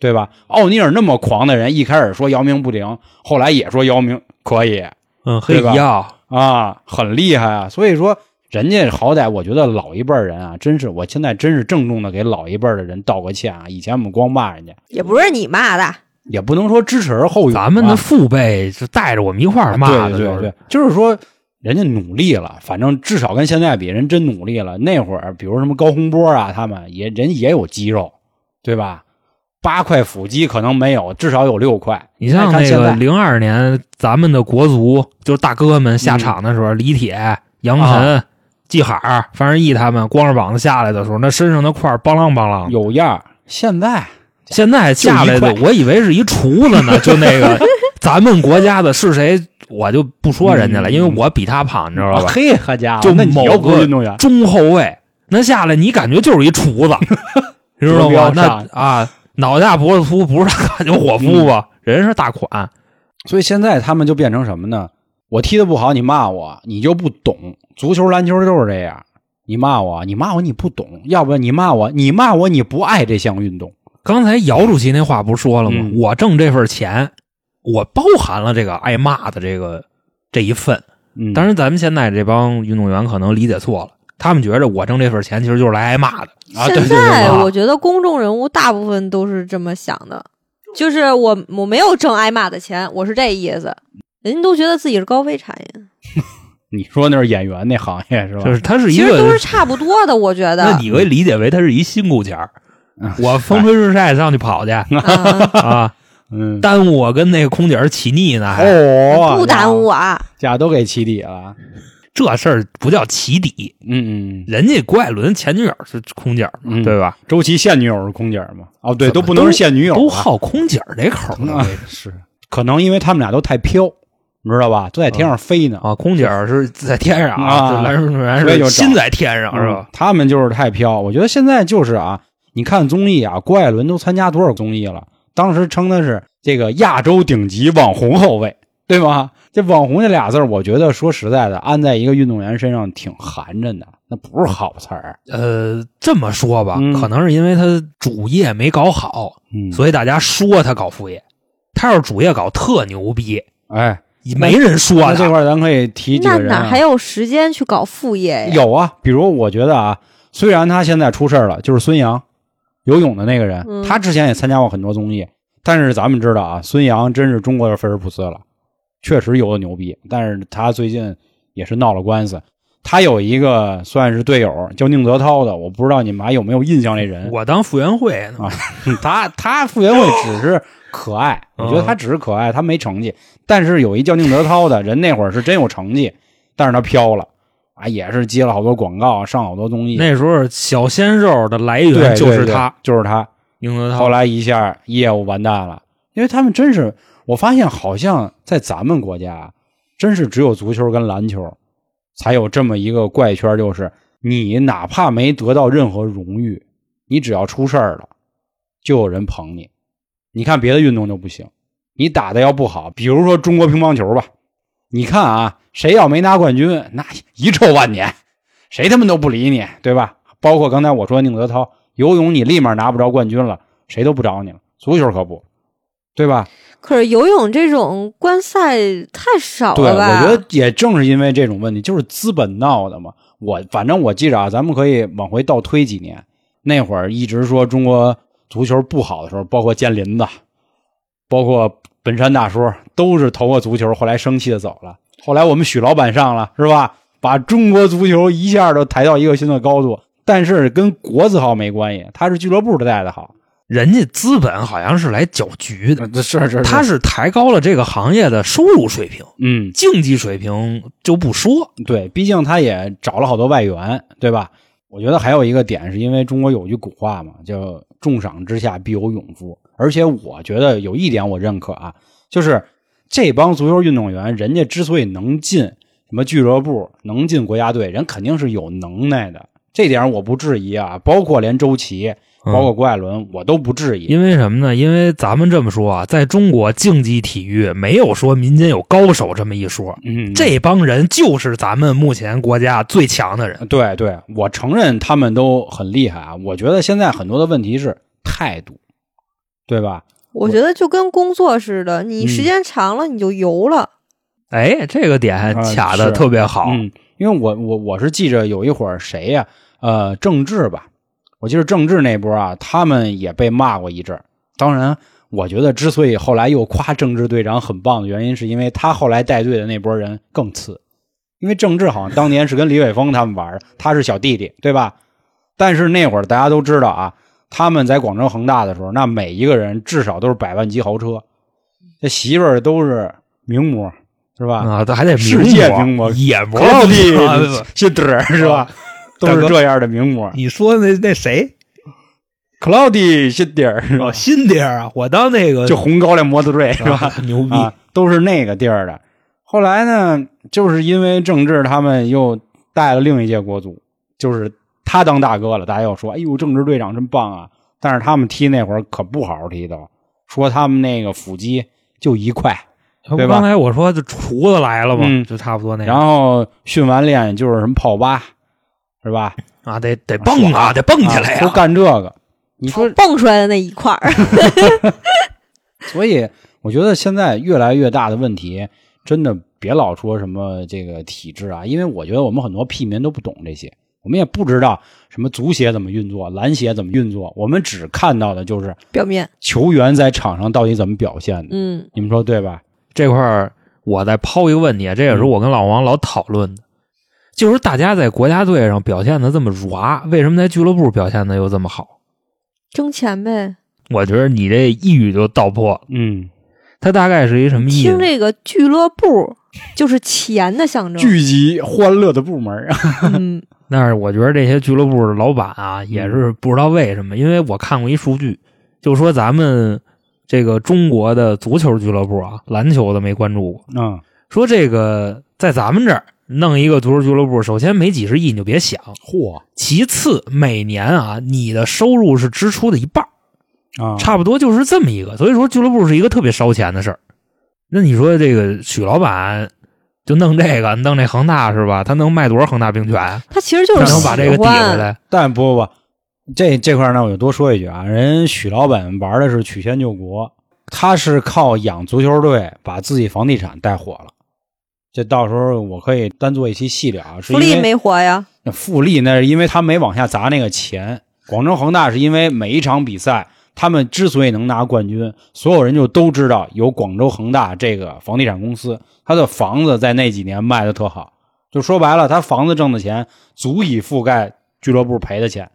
Speaker 2: 对吧？奥尼尔那么狂的人，一开始说姚明不灵，后来也说姚明可以，
Speaker 3: 嗯，黑
Speaker 2: 对吧
Speaker 3: 一啊，
Speaker 2: 啊，很厉害啊。所以说，人家好歹我觉得老一辈儿人啊，真是我现在真是郑重的给老一辈儿的人道个歉啊。以前我们光骂人家，
Speaker 4: 也不是你骂的，
Speaker 2: 也不能说知耻而后勇啊、
Speaker 3: 咱们的父辈是带着我们一块儿骂的，
Speaker 2: 啊对
Speaker 3: 就
Speaker 2: 对对
Speaker 3: 是，
Speaker 2: 就是说。人家努力了，反正至少跟现在比，人真努力了。那会儿，比如什么高洪波啊，他们也人也有肌肉，对吧？八块腹肌可能没有，至少有六块。
Speaker 3: 你
Speaker 2: 再
Speaker 3: 像
Speaker 2: 看
Speaker 3: 那
Speaker 2: 现
Speaker 3: 个
Speaker 2: 在
Speaker 3: 零二年咱们的国足，就是大哥们下场的时
Speaker 2: 嗯
Speaker 3: 候，李铁、杨
Speaker 2: 啊
Speaker 3: 晨、季海儿、樊胜义他们光着膀子下来的时候，那身上的块儿邦啷邦啷的。
Speaker 2: 有样儿，现在
Speaker 3: 现在下来的
Speaker 2: 就一，
Speaker 3: 我以为是一厨 子呢，就那个咱们国家的是谁，我就不说人家了，
Speaker 2: 嗯
Speaker 3: 因为我比他胖，你知道
Speaker 2: 啊
Speaker 3: 吧？
Speaker 2: 嘿，好家伙，
Speaker 3: 就
Speaker 2: 那你
Speaker 3: 某
Speaker 2: 要不
Speaker 3: 个
Speaker 2: 是运动员，
Speaker 3: 中后卫，那下来你感觉就是一厨子，你知道
Speaker 2: 指
Speaker 3: 吗
Speaker 2: 标？
Speaker 3: 那
Speaker 2: 上
Speaker 3: 啊，脑袋大脖子粗，不是大卡就伙夫
Speaker 2: 嗯
Speaker 3: 吧？人是大款，
Speaker 2: 所以现在他们就变成什么呢？我踢得不好，你骂我，你就不懂。足球、篮球就是这样，你骂我，你骂我，你不懂；要不然你骂我，你骂我，你不爱这项运动。
Speaker 3: 刚才姚主席那话不是说了吗？
Speaker 2: 嗯
Speaker 3: 我挣这份钱，我包含了这个挨骂的这个这一份。
Speaker 2: 嗯，
Speaker 3: 当然，咱们现在这帮运动员可能理解错了，他们觉着我挣这份钱其实就是来挨骂的。
Speaker 2: 啊，对
Speaker 4: 现
Speaker 2: 对对
Speaker 4: 在
Speaker 2: 对，
Speaker 4: 我觉得公众人物大部分都是这么想的，就是我我没有挣挨骂的钱，我是这意思。人家都觉得自己是高危产业，
Speaker 2: 你说那是演员那行业是吧？
Speaker 3: 就是他是一
Speaker 4: 其实都
Speaker 3: 个
Speaker 4: 是，差不多的，我觉得。
Speaker 3: 那你可以理解为他是一辛苦钱儿
Speaker 2: 嗯。
Speaker 3: 我风吹日晒上去跑去
Speaker 4: 啊
Speaker 3: 啊，
Speaker 2: 嗯，
Speaker 3: 耽误我跟那空姐儿起腻呢，还
Speaker 2: 哦，
Speaker 4: 哦不耽误，啊，
Speaker 2: 家都给起底了。
Speaker 3: 这事儿不叫起底。
Speaker 2: 嗯嗯，
Speaker 3: 人家郭艾伦前女友是空姐儿嘛，
Speaker 2: 嗯
Speaker 3: 对吧？
Speaker 2: 周琦现女友是空姐儿吗？哦，对，
Speaker 3: 怎么
Speaker 2: 都不能是现女友啊，
Speaker 3: 都好空姐儿这口儿呢
Speaker 2: 啊。是，可能因为他们俩都太飘，你知道吧？都在天上飞呢。
Speaker 3: 啊，空姐儿是在天上
Speaker 2: 啊
Speaker 3: 这篮球运动员
Speaker 2: 所以就是找
Speaker 3: 心在天上
Speaker 2: 嗯
Speaker 3: 是吧？
Speaker 2: 他们就是太飘。我觉得现在就是啊，你看综艺啊，郭艾伦都参加多少综艺了？当时称的是这个亚洲顶级网红后卫， 对吗？这网红这俩字儿，我觉得说实在的，安在一个运动员身上挺寒碜的，那不是好词儿。
Speaker 3: 呃，这么说吧，
Speaker 2: 嗯
Speaker 3: 可能是因为他主业没搞好，
Speaker 2: 嗯，
Speaker 3: 所以大家说他搞副业。他要是主业搞特牛逼，
Speaker 2: 哎，
Speaker 3: 没人说
Speaker 2: 那这
Speaker 3: 他。
Speaker 2: 块儿咱可以提几
Speaker 4: 那
Speaker 2: 个人、
Speaker 4: 哪
Speaker 2: 啊
Speaker 4: 还。有时间去搞副业呀？
Speaker 2: 有啊，比如我觉得啊，虽然他现在出事儿了，就是孙杨游泳的那个人，
Speaker 4: 嗯
Speaker 2: 他之前也参加过很多综艺，但是咱们知道啊，孙杨真是中国的菲尔普斯了，确实游的牛逼，但是他最近也是闹了官司。他有一个算是队友叫宁泽涛的，我不知道你们还有没有印象这人。
Speaker 3: 我当傅园慧呢，
Speaker 2: 啊他他傅园慧只是可爱，我觉得
Speaker 3: 嗯
Speaker 2: 他只是可爱，他没成绩。但是有一叫宁泽涛的人，那会儿是真有成绩，但是他飘了啊，也是接了好多广告，上好多综艺。
Speaker 3: 那时候小鲜肉的来
Speaker 2: 嗯对
Speaker 3: 源就是
Speaker 2: 对对
Speaker 3: 他，
Speaker 2: 就是他。
Speaker 3: 宁泽
Speaker 2: 后
Speaker 3: 涛。
Speaker 2: 来一下业务完蛋了，因为他们真是，我发现好像在咱们国家，真是只有足球跟篮球才有这么一个怪圈，就是你哪怕没得到任何荣誉，你只要出事儿了，就有人捧你。你看别的运动就不行，你打的要不好，比如说中国乒乓球吧，你看啊，谁要没拿冠军，那遗臭万年，谁他妈都不理你，对吧？包括刚才我说宁泽涛，游泳你立马拿不着冠军了，谁都不找你了。足球可不，对吧？
Speaker 4: 可是游泳这种观赛太少
Speaker 2: 对，
Speaker 4: 了
Speaker 2: 我
Speaker 4: 吧？
Speaker 2: 觉得也正是因为这种问题，就是资本闹的嘛。我反正我记着啊，咱们可以往回倒推几年，那会儿一直说中国足球不好的时候，包括建林子，包括本山大叔，都是投过足球，后来生气的走了。后来我们许老板上了，是吧？把中国足球一下都抬到一个新的高度，但是跟国字号没关系，他是俱乐部带的好。
Speaker 3: 人家资本好像是来搅局的，
Speaker 2: 呃是是是
Speaker 3: 他是抬高了这个行业的收入水平，
Speaker 2: 嗯，
Speaker 3: 竞技水平就不说。
Speaker 2: 对，毕竟他也找了好多外援，对吧？我觉得还有一个点，是因为中国有句古话嘛，叫“重赏之下必有勇夫”。而且我觉得有一点我认可啊，就是这帮足球运动员，人家之所以能进，什么俱乐部能进国家队，人肯定是有能耐的，这点我不质疑啊。包括连周琦，
Speaker 3: 嗯
Speaker 2: 包括郭艾伦，我都不质疑。
Speaker 3: 因为什么呢？因为咱们这么说啊，在中国竞技体育没有说民间有高手这么一说，
Speaker 2: 嗯，
Speaker 3: 这帮人就是咱们目前国家最强的人。
Speaker 2: 对对，我承认他们都很厉害啊。我觉得现在很多的问题是态度，对吧？
Speaker 4: 我觉得就跟工作似的，你
Speaker 2: 嗯
Speaker 4: 时间长了你就油了。
Speaker 3: 哎，这个点
Speaker 2: 啊
Speaker 3: 卡的
Speaker 2: 是
Speaker 3: 特别好。
Speaker 2: 嗯，因为我我我是记着有一会儿谁呀、呃，郑智吧，我记得郑智那波啊，他们也被骂过一阵儿。当然，我觉得之所以后来又夸郑智队长很棒的原因，是因为他后来带队的那波人更次。因为郑智好像当年是跟李玮峰他们玩的，他是小弟弟，对吧？但是那会儿大家都知道啊，他们在广州恒大的时候，那每一个人至少都是百万级豪车，这媳妇儿都是名模，是吧？
Speaker 3: 啊，他还得
Speaker 2: 世界
Speaker 3: 名模
Speaker 2: 名模
Speaker 3: 野模
Speaker 2: 老弟
Speaker 3: 啊
Speaker 2: Schindler 是吧？都
Speaker 3: 哦
Speaker 2: 是
Speaker 3: 大哥
Speaker 2: 这样的名模
Speaker 3: 你说那那谁，
Speaker 2: ，Cloudy Schindler 是吧
Speaker 3: 哦，？新爹啊，我当那个
Speaker 2: 就红高粱模特队是吧？
Speaker 3: 啊牛逼，
Speaker 2: 啊，都是那个地儿的。后来呢，就是因为郑智他们又带了另一届国足，就是他当大哥了，大家又说：“哎呦，郑智队长真棒啊！”但是他们踢那会儿可不好好踢的，说他们那个腹肌就一块，
Speaker 3: 要
Speaker 2: 对
Speaker 3: 不
Speaker 2: 吧
Speaker 3: 刚才我说这厨子来了嘛，
Speaker 2: 嗯
Speaker 3: 就差不多那样
Speaker 2: 然后训完练就是什么泡吧，是 吧？
Speaker 3: 啊，得得蹦啊，
Speaker 2: 爽
Speaker 3: 得蹦起来
Speaker 2: 啊都
Speaker 3: 呀、
Speaker 2: 干这个。你说
Speaker 4: 蹦出来的那一块儿，
Speaker 2: 所以我觉得现在越来越大的问题，真的别老说什么这个体制啊，因为我觉得我们很多屁民都不懂这些，我们也不知道什么足协怎么运作，篮协怎么运作，我们只看到的就是
Speaker 4: 表面，
Speaker 2: 球员在场上到底怎么表现的，
Speaker 4: 嗯，
Speaker 2: 你们说对吧？
Speaker 3: 这块儿我再抛一个问题，啊
Speaker 2: 嗯
Speaker 3: 这也是我跟老王老讨论的，就是大家在国家队上表现的这么软，为什么在俱乐部表现的又这么好？
Speaker 4: 挣钱呗。
Speaker 3: 我觉得你这一语就道破了，
Speaker 2: 嗯，
Speaker 3: 他大概是一什么意思
Speaker 4: 听？这个俱乐部就是钱的象征。
Speaker 2: 聚集欢乐的部门啊，
Speaker 4: 嗯，
Speaker 3: 但是我觉得这些俱乐部的老板啊，也是不知道为什么，因为我看过一数据，就说咱们这个中国的足球俱乐部啊，篮球的没关注过，
Speaker 2: 嗯，
Speaker 3: 说这个在咱们这儿弄一个足球俱乐部，首先没几十亿你就别想，
Speaker 2: 嚯
Speaker 3: 其次每年啊你的收入是支出的一半儿，
Speaker 2: 啊，
Speaker 3: 差不多就是这么一个，所以说俱乐部是一个特别烧钱的事儿。那你说这个许老板就弄这个弄这恒大是吧？他能卖多少恒大冰泉啊？
Speaker 4: 他其实就
Speaker 3: 他
Speaker 4: 是
Speaker 3: 能把这个
Speaker 4: 喜
Speaker 3: 抵回
Speaker 4: 欢，
Speaker 3: 来？
Speaker 2: 但不不不，这这块儿呢，我就多说一句啊，人许老板玩的是曲线救国，他是靠养足球队把自己房地产带火了。这到时候我可以单做一期细聊啊，是
Speaker 4: 福
Speaker 2: 因
Speaker 4: 利
Speaker 2: 为
Speaker 4: 没活呀。
Speaker 2: 那复利那是因为他没往下砸那个钱。广州恒大是因为每一场比赛，他们之所以能拿冠军，所有人就都知道有广州恒大这个房地产公司，他的房子在那几年卖的特好。就说白了，他房子挣的钱足以覆盖俱乐部赔的钱，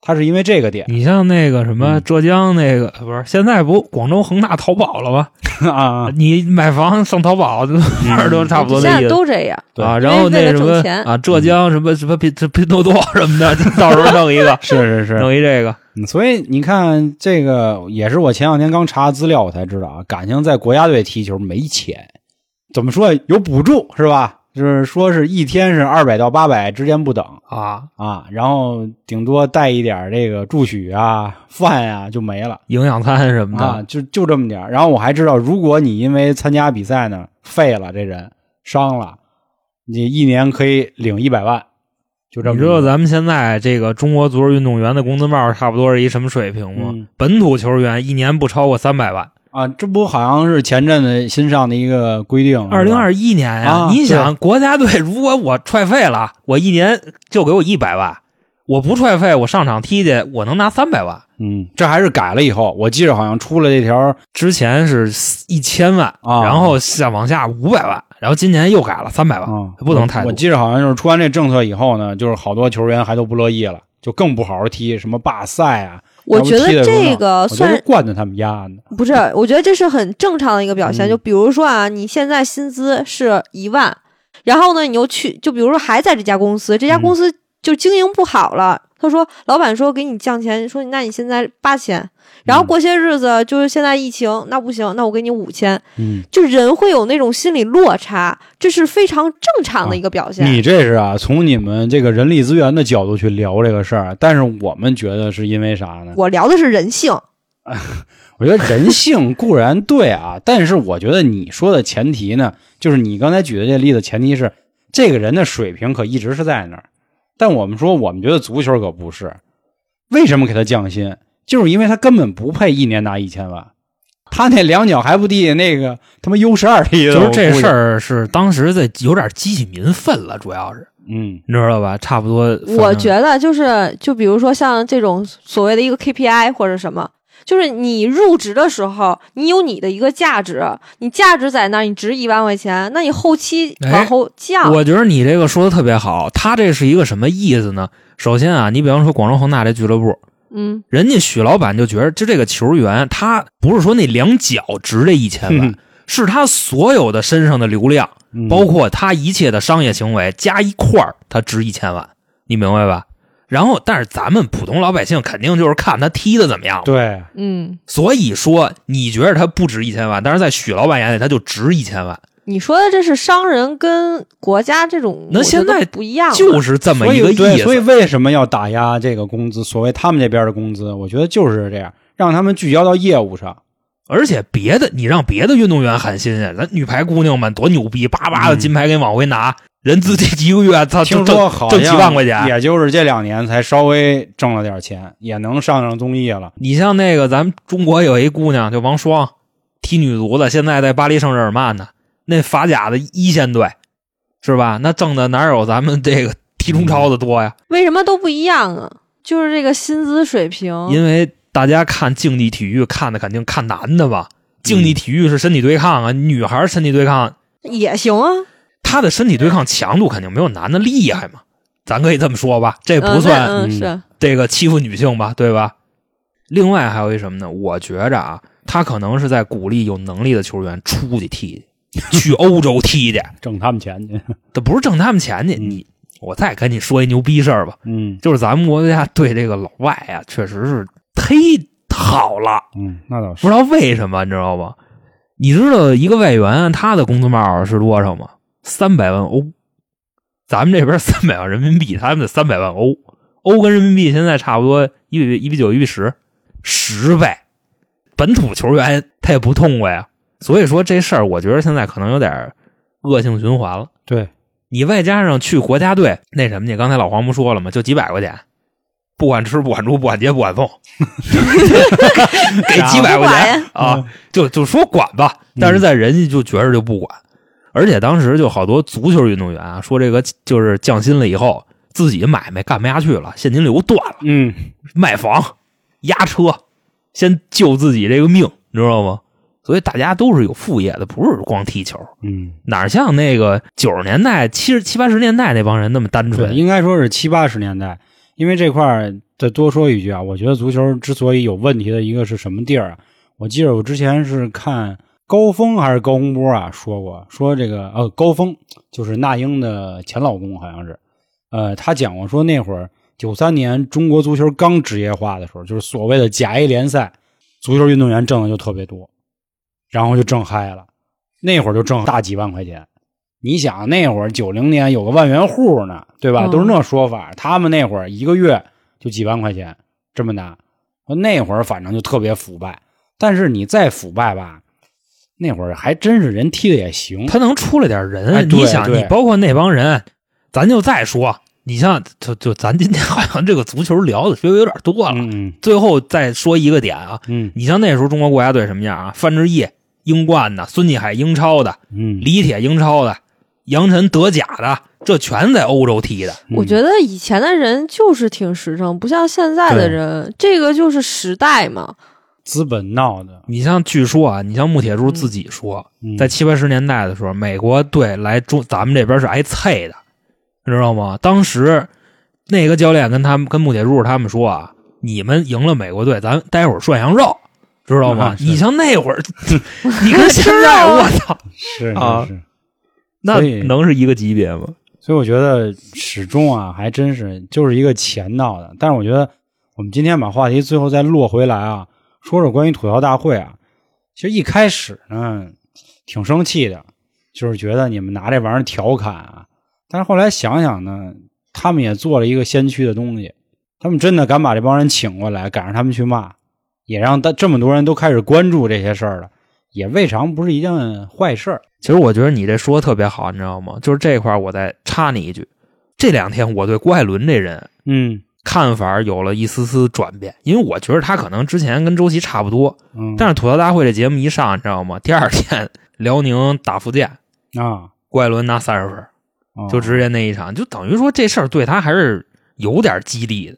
Speaker 2: 他是因为这个 点
Speaker 3: 你像那个什么
Speaker 2: 嗯
Speaker 3: 浙江那个、不是现在不广州恒大淘宝了吗？
Speaker 2: 啊。嗯你
Speaker 3: 你买房上淘宝，这都差不多
Speaker 4: 现
Speaker 3: 这
Speaker 4: 在
Speaker 3: 意思。
Speaker 4: 都这样，
Speaker 2: 对，
Speaker 3: 啊，然后
Speaker 4: 因
Speaker 3: 那
Speaker 4: 为为了
Speaker 3: 什
Speaker 4: 挣
Speaker 3: 么
Speaker 4: 钱
Speaker 3: 啊，浙江什么什么拼拼多多什么的， 到时候弄一个
Speaker 2: 是是是，
Speaker 3: 弄一这个。
Speaker 2: 嗯所以你看，这个也是我前两天刚查资料，我才知道啊，感情在国家队踢球没钱，怎么说有补助是吧？就是说是一天是二百到八百之间不等
Speaker 3: 啊，
Speaker 2: 啊，然后顶多带一点这个住宿啊、饭啊就没了
Speaker 3: 营养餐什么的，
Speaker 2: 啊，就就这么点儿然后我还知道，如果你因为参加比赛呢废了，这人伤了，你一年可以领一百万，就这么
Speaker 3: 你
Speaker 2: 一
Speaker 3: 知
Speaker 2: 个。
Speaker 3: 道咱们现在这个中国足球运动员的工资帽差不多是一什么水平吗？
Speaker 2: 嗯
Speaker 3: 本土球员一年不超过三百万。
Speaker 2: 啊？这不好像是前阵子新上的一个规定，是吧
Speaker 3: 二零二一年呀、
Speaker 2: 啊
Speaker 3: 你想国家队如果我踹废了，我一年就给我一百万，我不踹废，我上场踢去，我能拿三百万。
Speaker 2: 嗯，啊这还是改了以后，我记着好像出了这条，
Speaker 3: 之前是一千万，
Speaker 2: 啊
Speaker 3: 然后下往下五百万，然后今年又改了三百万，
Speaker 2: 嗯，
Speaker 3: 不能太
Speaker 2: 我
Speaker 3: 多。
Speaker 2: 记着好像就是出完这政策以后呢，就是好多球员还都不乐意了，就更不好好踢，什么罢赛啊，
Speaker 4: 我
Speaker 2: 要不
Speaker 4: 觉得
Speaker 2: 踢得有
Speaker 4: 这
Speaker 2: 用
Speaker 4: 个
Speaker 2: 我觉
Speaker 4: 算
Speaker 2: 得惯着他们丫的，
Speaker 4: 不是，我觉得这是很正常的一个表现。
Speaker 2: 嗯
Speaker 4: 就比如说啊，你现在薪资是一
Speaker 3: 嗯
Speaker 4: 万，然后呢，你又去，就比如说还在这家公司，这家公司就经营不好了，他说老板说给你降钱，说那你现在八千，然后
Speaker 2: 嗯
Speaker 4: 过些日子就是现在疫情，那不行，那我给你五千，
Speaker 2: 嗯，
Speaker 4: 就人会有那种心理落差，这是非常正
Speaker 3: 啊
Speaker 4: 常的一个表现。
Speaker 2: 你这是啊，从你们这个人力资源的角度去聊这个事儿，但是我们觉得是因为啥呢？
Speaker 4: 我聊的是人性，
Speaker 2: 我觉得人性固然对啊，但是我觉得你说的前提呢，就是你刚才举的这例子，前提是这个人的水平可一直是在那儿。但我们说，我们觉得足球可不是。为什么给他降薪？就是因为他根本不配一年拿一千万，他那两脚还不地那个 他妈 U 十二踢的。
Speaker 3: 就是
Speaker 2: 我
Speaker 3: 这
Speaker 2: 估计
Speaker 3: 事，儿是当时在有点激起民愤了，主要是
Speaker 2: 嗯，
Speaker 3: 你知道吧？差不多，
Speaker 4: 我觉得就是就比如说像这种所谓的一个 KPI 或者什么。就是你入职的时候，你有你的一个价值，你价值在那儿，你值一万块钱，那你后期往后降，
Speaker 3: 哎我觉得你这个说的特别好，他这是一个什么意思呢？首先啊，你比方说广州恒大这俱乐部，
Speaker 4: 嗯，
Speaker 3: 人家许老板就觉得，就这个球员，他不是说那两脚值这一千万，
Speaker 2: 嗯
Speaker 3: 是他所有的身上的流量，
Speaker 2: 嗯
Speaker 3: 包括他一切的商业行为加一块儿，他值一千万，你明白吧？然后，但是咱们普通老百姓肯定就是看他踢的怎么样，
Speaker 2: 对，
Speaker 4: 嗯，
Speaker 3: 所以说你觉得他不值一千万，但是在许老板眼里他就值一千万，
Speaker 4: 你说的这是商人跟国家这种，
Speaker 3: 那
Speaker 4: 我觉
Speaker 3: 现
Speaker 4: 得
Speaker 3: 在
Speaker 4: 不一样了，啊
Speaker 3: 就是这么
Speaker 2: 所
Speaker 3: 一个
Speaker 2: 以对，
Speaker 3: 意
Speaker 2: 所以
Speaker 3: 思。
Speaker 2: 为什么要打压这个工资？所谓他们这边的工资，我觉得就是这样，让他们聚焦到业务上。
Speaker 3: 而且别的，你让别的运动员寒心呀，咱女排姑娘们多牛逼，叭叭的
Speaker 2: 嗯
Speaker 3: 金牌给你往回拿，人自己一个月他
Speaker 2: 听
Speaker 3: 挣
Speaker 2: 说好
Speaker 3: 挣几万
Speaker 2: 像
Speaker 3: 块钱，
Speaker 2: 也就是这两年才稍微挣了点钱，也能上上综艺了。
Speaker 3: 你像那个咱们中国有一姑娘，就王霜，踢女足的，现在在巴黎圣日耳曼呢，那法甲的一线队，是吧？那挣的哪有咱们这个 踢中超的多呀？
Speaker 4: 为什么都不一样啊？就是这个薪资水平，
Speaker 3: 因为大家看竞技体育看的肯定看男的
Speaker 4: 嗯
Speaker 3: 吧，竞技体育是身体对抗啊，女孩身体对抗，
Speaker 4: 也行啊，
Speaker 3: 她的身体对抗强度肯定没有男的厉害嘛，咱可以这么说吧，这
Speaker 4: 嗯
Speaker 3: 不算
Speaker 4: 那
Speaker 2: 嗯
Speaker 4: 嗯是，
Speaker 3: 这个欺负女性吧，对吧？另外还有一什么呢？我觉着啊，他可能是在鼓励有能力的球员出去踢去，去欧洲踢去，
Speaker 2: 挣他们钱去。
Speaker 3: 这不是挣他们钱去。
Speaker 2: 嗯
Speaker 3: 你我再跟你说一牛逼事儿吧，
Speaker 2: 嗯
Speaker 3: 就是咱们国家对这个老外啊，确实是忒好了，
Speaker 2: 嗯，那倒是。
Speaker 3: 不知道为什么，你知道吗？你知道一个外援他的工资帽是多少吗？三百万欧，咱们这边三百万人民币，他们得三百万欧，欧跟人民币现在差不多一比一比九一比十，十倍。本土球员他也不痛快呀，啊所以说这事儿我觉得现在可能有点恶性循环了。
Speaker 2: 对，
Speaker 3: 你外加上去国家队那什么去，刚才老黄不说了吗？就几百块钱，不管吃不管住不管接不管 送，给几百块钱啊，就就说管吧，但是在人家就觉着就不管，而且当时就好多足球运动员啊，说这个就是降薪了以后，自己买卖干不下去了，现金流断了。
Speaker 2: 嗯，
Speaker 3: 卖房、押车，先救自己这个命，你知道吗？所以大家都是有副业的，不是光踢球，
Speaker 2: 嗯，
Speaker 3: 哪像那个九十年代、七十七八十年代那帮人那么单
Speaker 2: 对，
Speaker 3: 纯？
Speaker 2: 应该说是七八十年代。因为这块儿再多说一句啊，我觉得足球之所以有问题的一个是什么地儿啊？我记得我之前是看高峰还是高洪波啊说过，说这个呃高峰就是那英的前老公好像是，呃他讲过说那会儿九三年中国足球刚职业化的时候，就是所谓的甲 A 联赛，足球运动员挣的就特别多，然后就挣嗨了，那会儿就挣大几万块钱。你想那会儿九零年有个万元户呢，对吧？
Speaker 4: 嗯
Speaker 2: 都是那说法。他们那会儿一个月就几万块钱这么拿，那会儿反正就特别腐败。但是你再腐败吧，那会儿还真是人踢的也行。
Speaker 3: 他能出来点人？
Speaker 2: 哎对
Speaker 3: 你想，
Speaker 2: 对
Speaker 3: 你包括那帮人，咱就再说，你像就就咱今天 好像这个足球聊的稍微有点多了。
Speaker 2: 嗯
Speaker 3: 最后再说一个点啊，
Speaker 2: 嗯
Speaker 3: 你像那时候中国国家队什么样啊？范志毅英冠的，孙继海英超的，
Speaker 2: 嗯，
Speaker 3: 李铁英超的，杨晨德甲的，这全在欧洲踢的。
Speaker 4: 我觉得以前的人就是挺实诚，不像现在的
Speaker 2: 对
Speaker 4: 人，这个就是时代嘛。
Speaker 2: 资本闹的，
Speaker 3: 你像据说啊，你像穆铁柱自己说，
Speaker 2: 嗯
Speaker 3: 在七八十年代的时候，美国队来中咱们这边是挨菜的，你知道吗？当时那个教练跟他们跟穆铁柱他们说啊，你们赢了美国队，咱待会儿涮羊肉。知道吗
Speaker 2: 啊？是
Speaker 3: 你像 那会儿，你看现在，我操，
Speaker 2: 是是
Speaker 3: 啊
Speaker 2: 是，
Speaker 3: 那
Speaker 2: 所以
Speaker 3: 能是一个级别吗？
Speaker 2: 所以我觉得始终啊，还真是就是一个钱闹的。但是我觉得我们今天把话题最后再落回来啊，说说关于吐槽大会啊。其实一开始呢，挺生气的，就是觉得你们拿这玩意儿调侃啊。但是后来想想呢，他们也做了一个先驱的东西，他们真的敢把这帮人请过来，赶上他们去骂，也让大这么多人都开始关注这些事儿了，也未尝不是一件坏事儿。
Speaker 3: 其实我觉得你这说的特别好，你知道吗？就是这块儿我再插你一句，这两天我对郭艾伦这人
Speaker 2: 嗯
Speaker 3: 看法有了一丝丝转变，因为我觉得他可能之前跟周琦差不多，
Speaker 2: 嗯，
Speaker 3: 但是吐槽大会这节目一上，你知道吗？第二天辽宁打福建，
Speaker 2: 啊，
Speaker 3: 郭艾伦拿三十分，
Speaker 2: 啊
Speaker 3: 就直接那一场，就等于说这事儿对他还是有点激励的。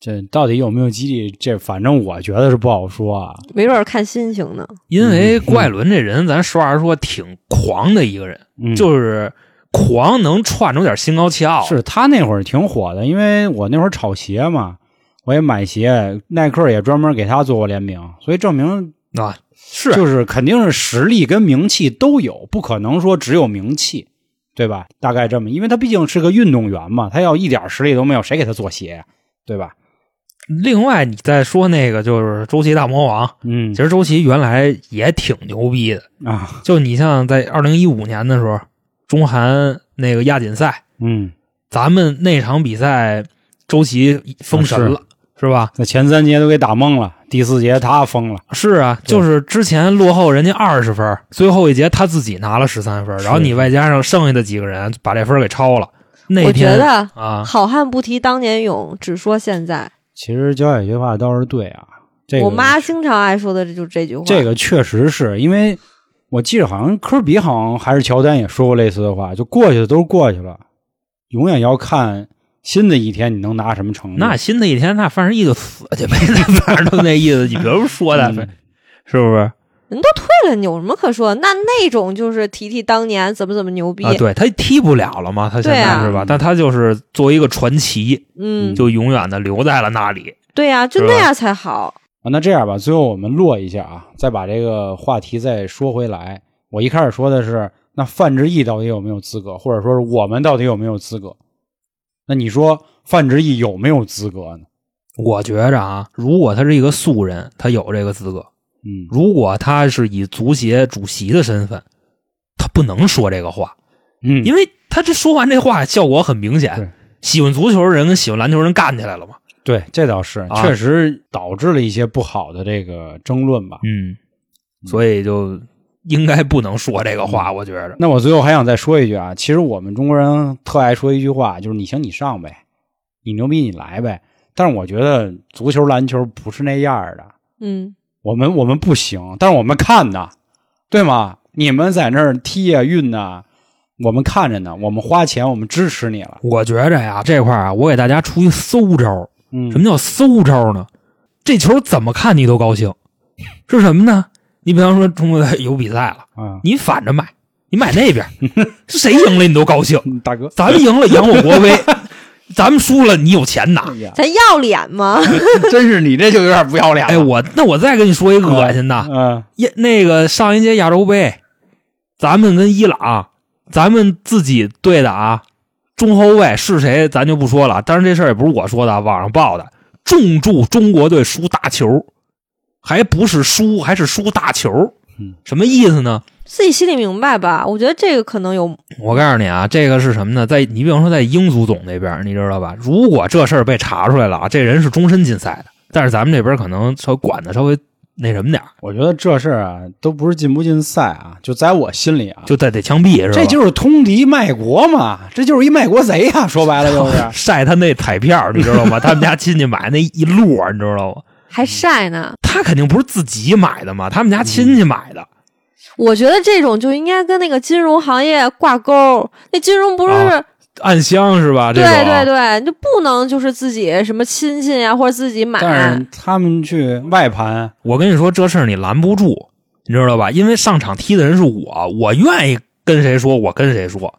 Speaker 2: 这到底有没有激励？这反正我觉得是不好说啊。
Speaker 4: 没准儿看心情呢。
Speaker 3: 因
Speaker 2: 嗯
Speaker 3: 为郭艾伦这人，咱实话实说，挺狂的一个人，
Speaker 2: 嗯
Speaker 3: 就是狂能串出点心高气傲。，
Speaker 2: 是他那会儿挺火的，因为我那会儿炒鞋嘛，我也买鞋，耐克也专门给他做过联名，所以证明
Speaker 3: 啊，是
Speaker 2: 就是肯定是实力跟名气都有，不可能说只有名气，对吧？大概这么，因为他毕竟是个运动员嘛，他要一点实力都没有，谁给他做鞋呀，对吧？
Speaker 3: 另外，你再说那个就是周琦大魔王，
Speaker 2: 嗯
Speaker 3: 其实周琦原来也挺牛逼的。
Speaker 2: 啊，
Speaker 3: 就你像在二零一五年的时候，中韩那个亚锦赛，
Speaker 2: 嗯，
Speaker 3: 咱们那场比赛，周琦封神了，啊是吧？
Speaker 2: 那前三节都给打懵了，第四节他疯了，
Speaker 3: 是啊，
Speaker 2: 对
Speaker 3: 就是之前落后人家二十分，最后一节他自己拿了十三分，然后你外加上剩下的几个人把这分给超了。那
Speaker 4: 我觉
Speaker 3: 天
Speaker 4: 得
Speaker 3: 啊，
Speaker 4: 好汉不提当年勇，只说现在。
Speaker 2: 其实焦姐这话倒是对啊，这个
Speaker 4: 我妈经常爱说的这就是这句话。
Speaker 2: 这个确实是因为我记得好像科比好像还是乔丹也说过类似的话，就过去的都是过去了，永远要看新的一天你能拿什么成绩。嗯
Speaker 3: 那新的一天，那范世毅就死去呗，反正就那意思，你别说他，
Speaker 2: 嗯
Speaker 3: 是不是？
Speaker 4: 人都退了，你有什么可说的？那那种就是提提当年怎么怎么牛逼，
Speaker 3: 啊，对他踢不了了嘛，他现
Speaker 4: 对
Speaker 3: 在
Speaker 4: 啊
Speaker 3: 是吧？但他就是作为一个传奇，
Speaker 4: 嗯，
Speaker 3: 就永远的留在了那里。
Speaker 4: 对呀、就是
Speaker 3: 吧
Speaker 4: 那样才好。
Speaker 2: 啊，那这样吧，最后我们落一下啊，再把这个话题再说回来。我一开始说的是，那范志毅到底有没有资格，或者说是我们到底有没有资格？那你说范志毅有没有资格呢？
Speaker 3: 我觉着啊，如果他是一个素人，他有这个资格；
Speaker 2: 嗯，
Speaker 3: 如果他是以足协主席的身份，他不能说这个话，
Speaker 2: 嗯，
Speaker 3: 因为他这说完这话效果很明
Speaker 2: 对
Speaker 3: 显。喜欢足球的人跟喜欢篮球人干起来了嘛？
Speaker 2: 对，这倒是、
Speaker 3: 啊
Speaker 2: 确实导致了一些不好的这个争论吧。
Speaker 3: 嗯，所以就应该不能说这个话，
Speaker 2: 嗯
Speaker 3: 我觉着。
Speaker 2: 那我最后还想再说一句啊，其实我们中国人特爱说一句话，就是你行你上呗，你牛逼你来呗。但是我觉得足球、篮球不是那样儿的，
Speaker 4: 嗯，
Speaker 2: 我们我们不行，但是我们看呢，对吗？你们在那儿踢呀、运呐、我们看着呢，我们花钱，我们支持你了。
Speaker 3: 我觉着呀，这块儿啊，我给大家出一馊招儿。
Speaker 2: 嗯
Speaker 3: 什么叫馊招呢？这球怎么看你都高 兴，是什么呢？你比方说中国队有比赛了，
Speaker 2: 啊？
Speaker 3: 你反着买，你买那 边，谁赢了你都高兴。
Speaker 2: 嗯大哥，
Speaker 3: 咱们赢了扬我国威，咱们输了你有钱拿
Speaker 2: 哎。呀，
Speaker 4: 咱要脸吗？
Speaker 2: 真是你这就有点不要脸了。
Speaker 3: 哎，我那我再跟你说一个恶心的，
Speaker 2: 嗯，
Speaker 3: 呀，那个上一届亚洲杯，咱们跟伊朗，咱们自己队的啊，中后卫是谁咱就不说了，当然这事儿也不是我说的，网上报的，重注中国队输大球，还不是输，还是输大球
Speaker 2: 嗯，
Speaker 3: 什么意思呢？
Speaker 4: 自己心里明白吧。我觉得这个可能有，
Speaker 3: 我告诉你啊，这个是什么呢？在你比方说在英足总那边，你知道吧？如果这事儿被查出来了啊，这人是终身禁赛的，但是咱们这边可能稍微管的稍微那什么点儿
Speaker 2: 我觉得这事儿啊，都不是进不进赛啊，就在我心里啊，
Speaker 3: 就得得枪毙是吧？
Speaker 2: 这就是通敌卖国嘛，这就是一卖国贼 呀、说白了就 是。
Speaker 3: 晒他那彩票，你知道吗？他们家亲戚买那一摞，你知道吗？
Speaker 4: 还晒呢。
Speaker 3: 他肯定不是自己买的嘛，他们家亲戚买的。
Speaker 4: 我觉得这种就应该跟那个金融行业挂钩。那金融不是、
Speaker 3: 啊暗箱是啊吧？这
Speaker 4: 对
Speaker 3: 种
Speaker 4: 对对，你就不能就是自己什么亲戚呀、或者自己买。
Speaker 2: 但是他们去外盘，
Speaker 3: 我跟你说这事儿你拦不住，你知道吧？因为上场踢的人是我，我愿意跟谁说我跟谁说，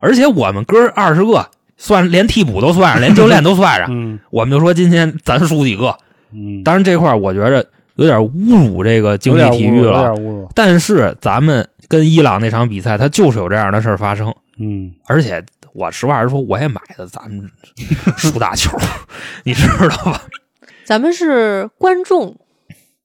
Speaker 3: 而且我们哥二十个，算连替补都算上，连教练都算上，
Speaker 2: 嗯
Speaker 3: 我们就说今天咱输几个。
Speaker 2: 嗯，
Speaker 3: 当然这块儿我觉着有点侮辱这个竞
Speaker 2: 有点
Speaker 3: 技体
Speaker 2: 侮
Speaker 3: 育
Speaker 2: 辱，有
Speaker 3: 了
Speaker 2: 点，侮辱，
Speaker 3: 但是咱们跟伊朗那场比赛，它就是有这样的事儿发生。
Speaker 2: 嗯
Speaker 3: 而且我实话实说，我也买的咱 们输大球，你知道吧？
Speaker 4: 咱们是观众，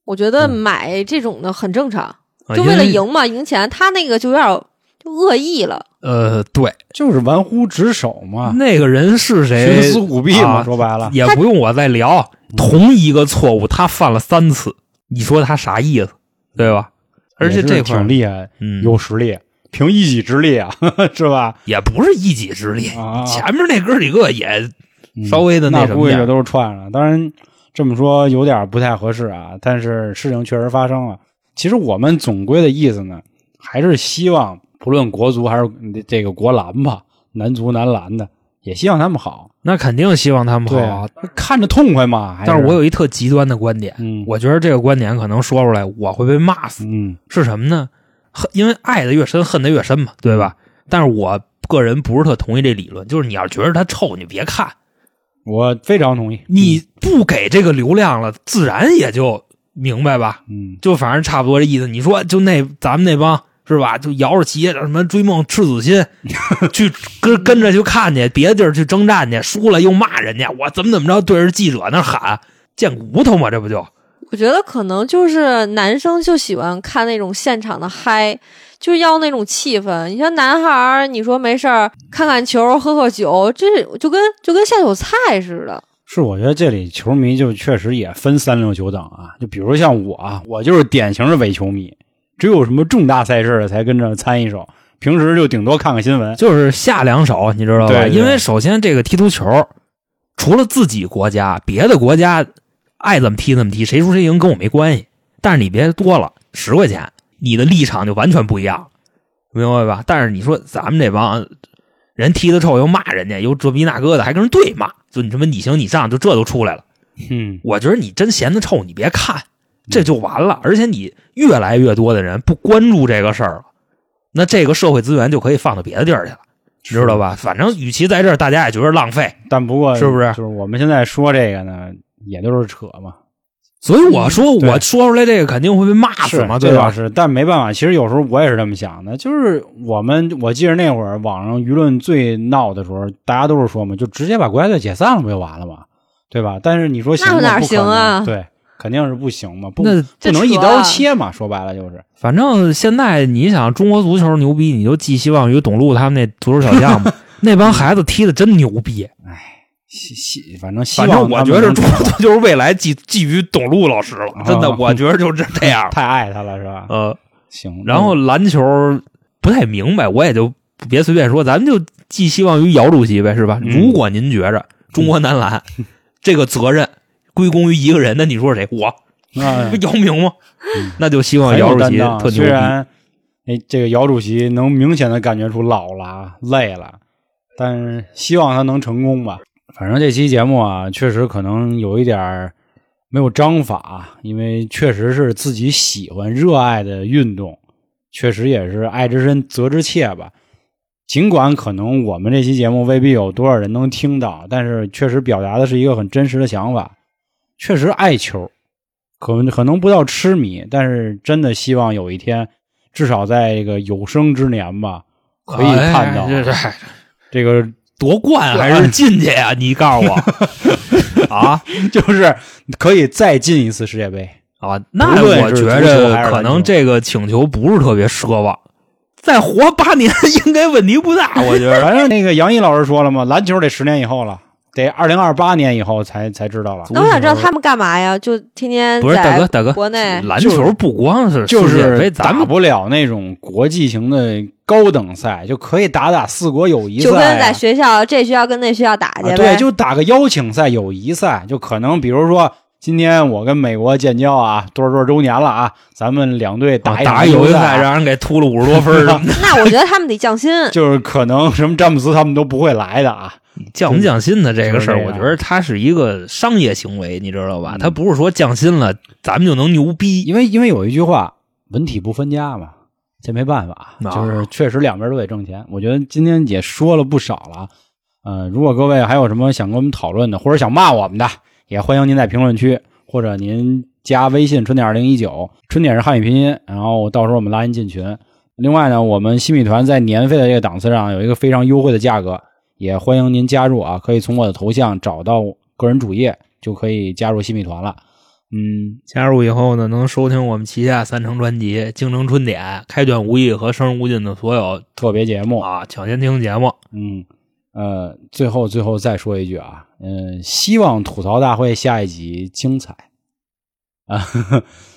Speaker 4: 我觉得买这种的很正常，
Speaker 3: 啊
Speaker 4: 就为了。
Speaker 3: 因为
Speaker 4: 赢嘛，赢钱。他那个就有点儿就恶意了，
Speaker 3: 呃，对，
Speaker 2: 就是玩忽职守嘛，
Speaker 3: 那个人是
Speaker 2: 徇
Speaker 3: 谁
Speaker 2: 私？舞弊嘛，
Speaker 3: 啊
Speaker 2: 说白了，
Speaker 3: 也不用我再聊，
Speaker 2: 嗯
Speaker 3: 同一个错误他犯了三次，你说他啥意思，对吧？而且
Speaker 2: 也是
Speaker 3: 这块儿
Speaker 2: 挺厉害，
Speaker 3: 嗯，
Speaker 2: 有实力，凭一己之力啊， 是吧？
Speaker 3: 也不是一己之力，
Speaker 2: 啊，
Speaker 3: 前面那哥几个也
Speaker 2: 嗯
Speaker 3: 稍微的
Speaker 2: 那
Speaker 3: 什
Speaker 2: 估
Speaker 3: 么
Speaker 2: 计
Speaker 3: 点
Speaker 2: 就
Speaker 3: 儿，
Speaker 2: 都是串了。当然这么说有点不太合适啊，但是事情确实发生了。其实我们总归的意思呢，还是希望不论国足还是这个国篮吧，男足男篮的，也希望他们好。
Speaker 3: 那肯定希望他们好
Speaker 2: 对
Speaker 3: 啊
Speaker 2: 啊。，看着痛快嘛。还
Speaker 3: 但是
Speaker 2: 是
Speaker 3: 我有一特极端的观点，
Speaker 2: 嗯，
Speaker 3: 我觉得这个观点可能说出来我会被骂死，
Speaker 2: 嗯
Speaker 3: 是什么呢？恨，因为爱的越深，恨的越深嘛，对吧？
Speaker 2: 嗯
Speaker 3: 但是我个人不是特同意这理论，就是你要觉得他臭，你别看，
Speaker 2: 我非常同意。
Speaker 3: 你不给这个流量了，自然也就明白吧。
Speaker 2: 嗯
Speaker 3: 就反正差不多这意思。你说就那咱们那帮是吧？就摇着旗什么追梦赤子心，去跟跟着去看去，别的地儿去征战去，输了又骂人家，我怎么怎么着，对着记者那喊贱骨头嘛，这不就
Speaker 4: 我觉得可能就是男生就喜欢看那种现场的嗨，就是要那种气氛。你像男孩儿，你说没事儿看看球、喝喝酒，这就跟就跟下酒菜似的。
Speaker 2: 是，我觉得这里球迷就确实也分三六九等啊。就比如像我啊，我就是典型的伪球迷，只有什么重大赛事了才跟着参一手，平时就顶多看看新闻。
Speaker 3: 就是下两手，你知道吧？
Speaker 2: 对对
Speaker 3: 因为首先这个踢足球，除了自己国家，别的国家爱怎么踢怎么踢，谁输谁赢跟我没关系。但是你别多了十块钱，你的立场就完全不一样了，明白吧？但是你说咱们这帮人踢得臭，又骂人家，又这逼那个的，还跟人对骂，就你什么你行你上，就这都出来了。
Speaker 2: 嗯，
Speaker 3: 我觉得你真嫌它臭，你别看，这就完了。而且你越来越多的人不关注这个事儿了，那这个社会资源就可以放到别的地儿去了，你知道吧？反正与其在这儿，大家也觉得浪费。
Speaker 2: 但不过
Speaker 3: 是不是
Speaker 2: 就是我们现在说这个呢，也都是扯嘛，
Speaker 3: 所以我说，
Speaker 2: 嗯对
Speaker 3: 我说出来这个肯定会被骂死嘛，
Speaker 2: 这
Speaker 3: 对
Speaker 2: 倒
Speaker 3: 吧？
Speaker 2: 是，但没办法，其实有时候我也是这么想的，就是我们我记得那会儿网上舆论最闹的时候，大家都是说嘛，就直接把国家队解散了不就完了嘛，对吧？但是你说行吗
Speaker 4: 那哪儿
Speaker 2: 不可
Speaker 4: 行啊
Speaker 2: 能对，肯定是不行嘛，不不
Speaker 3: 那
Speaker 2: 能
Speaker 4: 这扯
Speaker 2: 一刀
Speaker 4: 啊
Speaker 2: 切嘛，说白了就是。
Speaker 3: 反正现在你想中国足球牛逼，你就寄希望于董路他们那足球小 将嘛。那帮孩子踢的真牛逼，
Speaker 2: 希希，反正希
Speaker 3: 反正
Speaker 2: 望
Speaker 3: 我
Speaker 2: 他们
Speaker 3: 觉得
Speaker 2: 能
Speaker 3: 中国足球未来寄寄于董路老师了，真的，
Speaker 2: 啊
Speaker 3: 我觉得就是 这样。
Speaker 2: 太爱他了是吧？
Speaker 3: 呃，
Speaker 2: 行，
Speaker 3: 然后篮球不太明白，我也就别随便说，咱们就寄希望于姚主席呗，是吧？
Speaker 2: 嗯
Speaker 3: 如果您觉着中国男篮这个责任归功于一个人，那你说谁？我
Speaker 2: 啊
Speaker 3: 不，姚明吗
Speaker 2: 嗯？
Speaker 3: 那就希望
Speaker 2: 很有
Speaker 3: 姚主
Speaker 2: 担
Speaker 3: 席
Speaker 2: 当
Speaker 3: 特牛
Speaker 2: 虽
Speaker 3: 逼。啊
Speaker 2: 然那这个姚主席能明显的感觉出老了啊、累了，但是希望他能成功吧。反正这期节目啊，确实可能有一点儿没有章法，因为确实是自己喜欢、热爱的运动，确实也是爱之深，责之切吧。尽管可能我们这期节目未必有多少人能听到，但是确实表达的是一个很真实的想法。确实爱球，可可能不到痴迷，但是真的希望有一天，至少在这个有生之年吧，可以看到
Speaker 3: 哎这这
Speaker 2: 这个
Speaker 3: 夺冠还是进去呀？你告诉我啊
Speaker 2: 就是可以再进一次世界杯。
Speaker 3: 啊！
Speaker 2: 无
Speaker 3: 那
Speaker 2: 论
Speaker 3: 我
Speaker 2: 是
Speaker 3: 觉
Speaker 2: 足球还
Speaker 3: 着
Speaker 2: 是
Speaker 3: 可
Speaker 2: 篮球
Speaker 3: 能这个请求不是特别奢望，再活八年 应该问题不大，我觉得。
Speaker 2: 反正那个杨毅老师说了嘛，篮球得十年以后了，得二零二八年以后才才知道了。
Speaker 4: 那我想知道他们干嘛呀？就天天
Speaker 3: 不是大哥，
Speaker 4: 在
Speaker 3: 大哥，
Speaker 4: 国内
Speaker 3: 篮球不光哎是
Speaker 2: 就
Speaker 3: 世界杯
Speaker 2: 是
Speaker 3: 咱
Speaker 2: 打
Speaker 3: 们
Speaker 2: 不了那种国际型的高等赛，就可以打打四国友谊赛、
Speaker 4: 就
Speaker 2: 啊，
Speaker 4: 跟在学校这学校跟那学校打去
Speaker 2: 啊，
Speaker 4: 呗。
Speaker 2: 对，就打个邀请赛、友谊赛，就可能比如说今天我跟美国建交啊，多少多少周年了啊，咱们两队打一
Speaker 3: 打
Speaker 2: 场友
Speaker 3: 友谊
Speaker 2: 赛
Speaker 3: 赛，
Speaker 2: 啊，
Speaker 3: 让人给秃了五十多分儿
Speaker 4: 那我觉得他们得降薪。
Speaker 2: 就是可能什么詹姆斯他们都不会来的啊。
Speaker 3: 降不降薪的这个事
Speaker 2: 就
Speaker 3: 儿，
Speaker 2: 是这
Speaker 3: 我
Speaker 2: 样
Speaker 3: 觉得它是一个商业行为，你知道吧？
Speaker 2: 嗯
Speaker 3: 它不是说降薪了咱们就能牛逼。
Speaker 2: 因为因为有一句话，文体不分家嘛，这没办法，
Speaker 3: 啊
Speaker 2: 就是确实两边都得挣钱。我觉得今天也说了不少了，呃，如果各位还有什么想跟我们讨论的，或者想骂我们的，也欢迎您在评论区或者您加微信“春点二零一九”，春点是汉语拼音，然后到时候我们拉您进群。另外呢，我们新米团在年费的这个档次上有一个非常优惠的价格，也欢迎您加入啊，可以从我的头像找到个人主页，就可以加入新米团了。嗯，
Speaker 3: 加入以后呢，能收听我们旗下三张专辑《京城春典》《开卷无益》和《生日无尽》的所有
Speaker 2: 特别节目，
Speaker 3: 啊抢先听节目。
Speaker 2: 嗯，呃，最后最后再说一句啊，嗯，希望吐槽大会下一集精彩啊，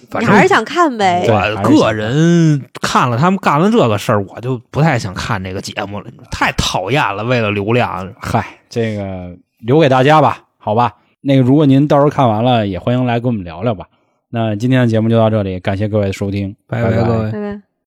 Speaker 3: 反
Speaker 4: 你
Speaker 3: 正
Speaker 4: 还是想看呗
Speaker 2: 对。
Speaker 3: 我个人看了他们干了这个事儿，我就不太想看这个节目了，太讨厌了。为了流量，
Speaker 2: 嗨，这个留给大家吧，好吧。那个，如果您到时候看完了，也欢迎来跟我们聊聊吧。那今天的节目就到这里，感谢各位的收听，
Speaker 3: 拜拜
Speaker 2: 拜
Speaker 3: 各位
Speaker 4: 拜拜。